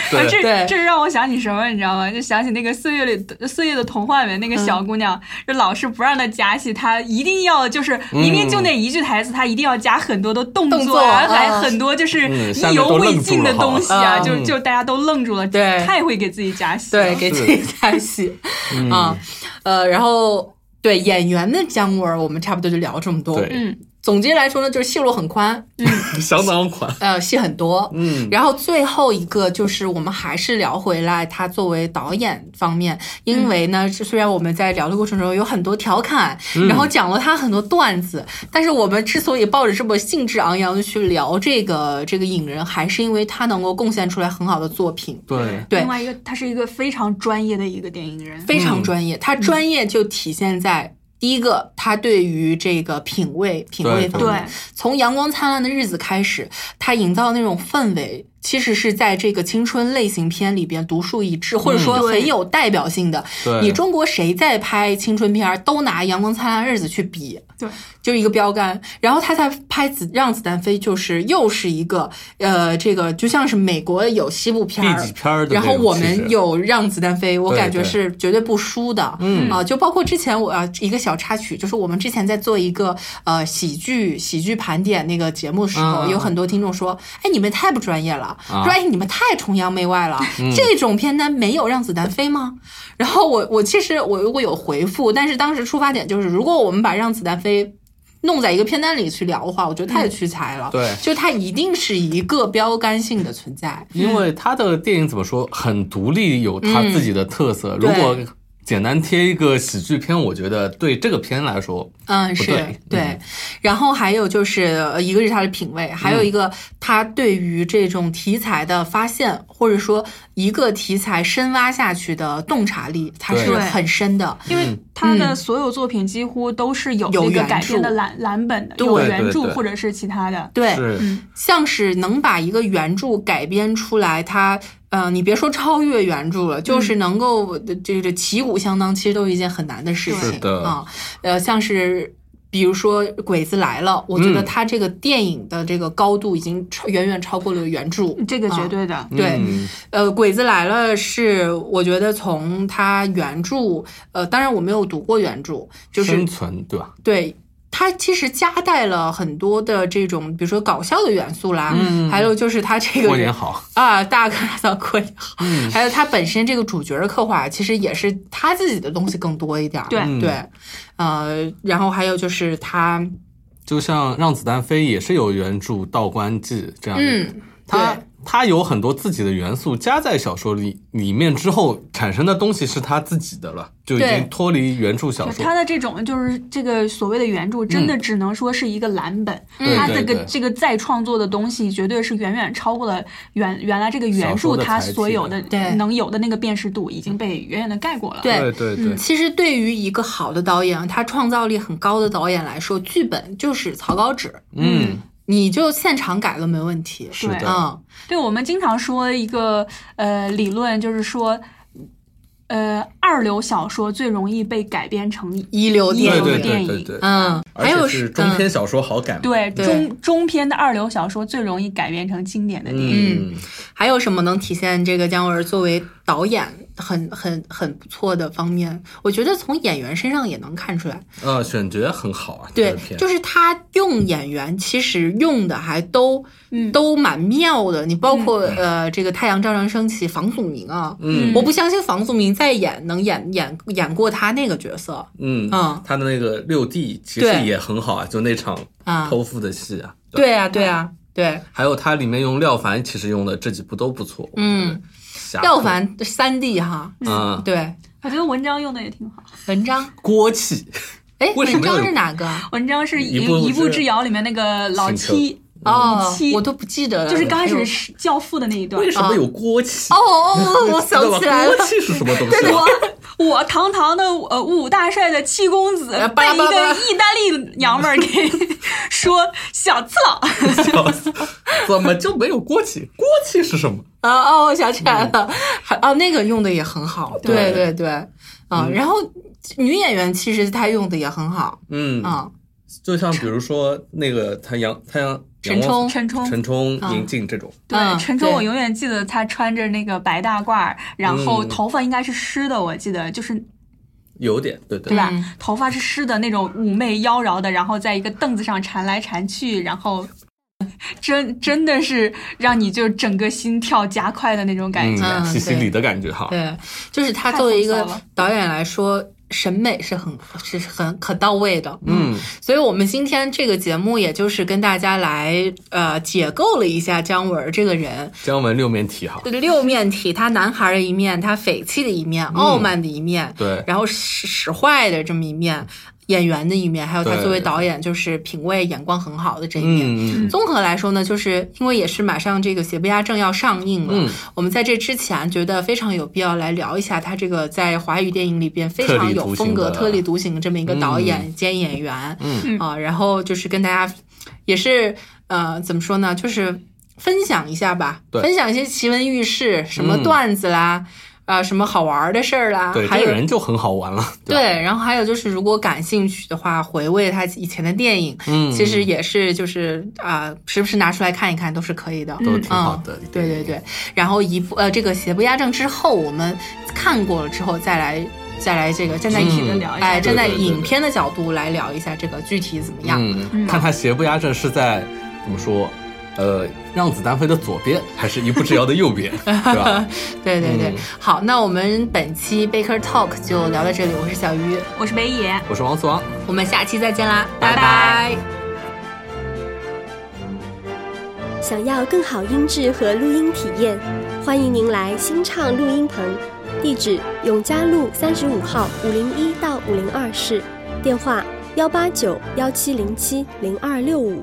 C: 对
B: [LAUGHS] 这
A: 对
B: 这让我想起什么，你知道吗？就想起那个《岁月里的岁月的童话》里面那个小姑娘，就老师不让她加戏，她一定要就是
C: 嗯
B: 明明就那一句台词，她一定要加很多的动
A: 动作
B: 啊，还
A: 嗯
B: 很多就是
C: 嗯
B: 意
C: 下面
B: 犹
C: 都
B: 未
C: 愣住
B: 尽的
C: 了好吧
B: 东西啊，
A: 嗯
B: 就就大家都愣住了，
A: 对
B: 太会给自己加戏了，
A: 对，给自己加戏
C: 嗯
A: 啊，呃，然后对演员的姜文儿，我们差不多就聊这么多。
C: 对，
B: 嗯，
A: 总结来说呢，就是戏路很宽，嗯
C: 相当款，
A: 呃，戏很多。
C: 嗯，
A: 然后最后一个就是，我们还是聊回来他作为导演方面，因为呢，是虽然我们在聊的过程中有很多调侃，然后讲了他很多段子，但是我们之所以抱着这么兴致昂扬的去聊这个这个影人，还是因为他能够贡献出来很好的作品。
C: 对，
A: 对
B: 另外一个，他是一个非常专业的一个电影人，
A: 非常专业。
B: 嗯
A: 他专业就体现在第一个，他对于这个品味品味方面
B: 对，
A: 从《阳光灿烂的日子》开始，他营造那种氛围。其实是在这个青春类型片里边独树一帜，或者说
B: 对
A: 很有代表性的。
C: 对
A: 你中国谁在拍青春片儿，都拿《阳光灿烂的日子》去比，
B: 对，
A: 就是一个标杆。然后他才拍子《让子弹飞》，就是又是一个呃，这个就像是美国有西部片儿
C: 第几片儿的
A: 然后
C: 那种
A: 我
C: 其实
A: 们有《让子弹飞》，我
C: 对
A: 感觉
C: 对
A: 是绝对不输的。
C: 嗯
A: 啊，就包括之前我啊一个小插曲，就是我们之前在做一个呃喜剧喜剧盘点那个节目的时候，
C: 嗯嗯
A: 有很多听众说，哎，你们太不专业了，
C: 啊嗯
A: 说哎你们太崇洋媚外了，这种片单没有《让子弹飞》吗？然后我我其实我如果有回复，但是当时出发点就是，如果我们把《让子弹飞》弄在一个片单里去聊的话，我觉得太屈才了。
C: 嗯对
A: 就它一定是一个标杆性的存在。
C: 因为他的电影怎么说，很独立，有他自己的特色。如
A: 嗯对
C: 果简单贴一个喜剧片，我觉得对这个片来说，
A: 嗯，
C: 不
A: 是
C: 对嗯
A: 然后还有就是，呃一个是他的品味，还
C: 嗯
A: 有一个他对于这种题材的发现，或者说一个题材深挖下去的洞察力，它是
C: 对
A: 很深的。
B: 因为他
C: 嗯
B: 的所有作品几乎都是有
A: 有
B: 这个
A: 原
B: 改编的
A: 著
B: 蓝蓝本的，
A: 对
B: 有
C: 对
B: 原
C: 对
B: 著
C: 对
B: 或者是其他的。嗯
A: 对，
C: 是
A: 像是能把一个原著改编出来，它呃，你别说超越原著了，
C: 嗯
A: 就是能够呃这个旗鼓相当，其实都是一件很难的事
C: 是
A: 情
C: 的
A: 啊。呃，像是。比如说《鬼子来了》，我觉得
C: 嗯
A: 它这个电影的这个高度已经超远远超过了原著。
B: 这个绝
A: 啊
B: 对的，
A: 对
C: 嗯
A: 呃，《鬼子来了》是我觉得从它原著，呃，当然我没有读过原著，就是
C: 生存，对吧？
A: 对。它其实夹带了很多的这种，比如说搞笑的元素啦，
C: 嗯
A: 还有就是它这个
C: 过年嗯好，
A: 啊，大哥大过年好，还有他本身这个主角的刻画，其实也是他自己的东西更多一点儿。
B: 对
C: 嗯
A: 对，呃，然后还有就是他，
C: 就像《让子弹飞》也是有原著《道观记》这样一个，
A: 嗯，
C: 它
A: 对
C: 它有很多自己的元素加在小说里里面之后产生的东西是他自己的了，就已
A: 对
C: 经脱离原著小
B: 对
C: 说
B: 他。的这种就是这个所谓的原著，真的只能说是一个蓝本。
C: 嗯对
B: 他
C: 对
B: 这个
C: 对
B: 这个再创作的东西，绝对是远远超过了原原来这个原
C: 小说
B: 著
C: 的
B: 它
C: 载体
B: 所有
C: 的
B: 的
A: 对
B: 能有的那个辨识度，已经被远远的盖过了。
A: 对
C: 对对，
A: 其实对于一个好的导演，他创造力很高的导演来说，剧本就是草稿纸，
C: 嗯，
A: 你就现场改了没问题。
C: 是
B: 对
C: 的，
A: 嗯，
B: 对，我们经常说一个呃理论，就是说，呃，二流小说最容易被改编成
A: 一流
B: 一
A: 嗯电
B: 流
C: 对
B: 的
C: 对
A: 影，
B: 电
C: 对
B: 影
C: 对对，
A: 嗯，
C: 而
A: 还有
C: 且是中篇
A: 嗯
C: 小说好改嘛，
B: 对
A: 对
B: 中中篇的二流小说最容易改编成经典的电影。
A: 嗯，还有什么能体现这个姜文作为导演很很很不错的方面？我觉得从演员身上也能看出来，
C: 呃，选角很好啊，这
A: 对
C: 个，片
A: 就是他用演员其实用的还都、
C: 嗯
A: 都蛮妙的。你包括、呃这个《太阳照常升起》房祖名啊，
C: 嗯
A: 我不相信房祖名再演能演演演过他那个角色
C: 嗯
A: 嗯
C: 他的那个六弟其实
A: 对
C: 也很好啊，就那场
A: 啊。
C: 剖腹的戏啊，吧，
A: 对啊，对啊，对，
C: 还有它里面用廖凡，其实用的这几部都不错，我觉得
A: 嗯，
C: 侠客
A: 廖凡嗯三 D 哈，
B: 嗯
C: 啊，
A: 对，
B: 我觉得文章用的也挺好。
A: 文章，
C: 锅气，
A: 哎，
C: 为什
A: 文
C: 么要
A: 章
C: 有
A: 是哪个啊？
B: 文章是
C: 一
B: 一
C: 步
B: 一步
C: 之
B: 之遥里面那个老
C: 请求
B: 七，
A: 哦
B: 七，
A: 我都不记得了，
B: 就是刚开
A: 还有
B: 始是教父的那一段
C: 为。什么有锅气？
A: 哦哦哦，我
C: [LAUGHS]
A: 想起来了
C: 知道吧，锅气是什么东西啊？
B: 我 [LAUGHS] 我堂堂的呃武大帅的七公子
A: 哎巴拉
B: 被一
A: 巴拉
B: 个意大利娘们儿给 [LAUGHS] 说小次郎，
C: 笑死 [LAUGHS] 怎么就没有锅气？锅气是什么？
A: 啊哦，我想起来了，还哦那个用的也很好，对
C: 对
A: 对对，啊，然后女演员其实她用的也很好，
C: 嗯，
A: 啊，
C: 就像比如说那个太阳太阳
A: 陈冲
B: 陈冲
C: 陈冲、
A: 啊
C: 宁静这种，
A: 嗯
B: 对，陈冲，
A: 对
B: 我永远记得他穿着那个白大褂儿，然后
C: 嗯
B: 头发应该是湿的，我记得就是
C: 有点对对
B: 对吧？
A: 嗯
B: 头发是湿的那种妩媚妖娆的，然后在一个凳子上缠来缠去，然后真真的是让你就整个心跳加快的那种感觉。
A: 嗯
C: 西西里的感觉哈。
A: 对，就是他
B: 太
A: 作为一
B: 放
A: 个
B: 松了
A: 导演来说，审美是很是很很到位的。
C: 嗯，
A: 所以我们今天这个节目，也就是跟大家来呃解构了一下姜文儿这个人，
C: 姜文六面体哈，
A: 六面体，他男孩儿的一面，他匪气的一面，傲慢的一面，
C: 对
A: 然后使使坏的这么一面，演员的一面，还有他
C: 对
A: 作为导演就是品味眼光很好的这一面。
C: 嗯嗯
A: 综合来说呢，就是因为也是马上这个《邪不压正》要上映了，
C: 嗯
A: 我们在这之前觉得非常有必要来聊一下他这个在华语电影里边非常有风格、特
C: 特
A: 立
C: 立
A: 独行的这么一个导演兼演员，
C: 嗯
A: 啊，然后就是跟大家也是呃怎么说呢，就是分享一下吧，
C: 对
A: 分享一些奇闻异事，什么
C: 嗯
A: 段子啦。啊，什么好玩的事儿啦？
C: 对，
A: 啊还
C: 这
A: 有
C: 个人就很好玩了。吧，
A: 对，然后还有就是，如果感兴趣的话，回味他以前的电影，
C: 嗯，
A: 其实也是就是啊、时不时拿出来看一看都是可以的。
C: 都挺好的。
A: 嗯对对对，然后一部呃，这个邪不压正之后，我们看过了之后再来再来这个站在
C: 具体
A: 影、
C: 地
B: 聊一下
A: 哎
C: 对
A: 站在
C: 嗯对对
A: 影
C: 对
A: 片的角度来聊一下这个具体怎么样。
C: 嗯，看他邪不压正是在怎么说？呃，让子弹飞的左边，还是一步之遥的右
A: [LAUGHS]
C: 边，对吧？
A: 对对对，
C: 嗯
A: 好，那我们本期 Baker Talk 就聊到这里，我是小鱼，
B: 我是北野，
C: 我是王思王，
A: 我们下期再见啦，
C: 拜
A: 拜
C: 拜
A: 拜
D: 想要更好音质和录音体验，欢迎您来新畅录音棚，地址永嘉路三十五号五零一到五零二室，电话幺八九幺七零七零二六五。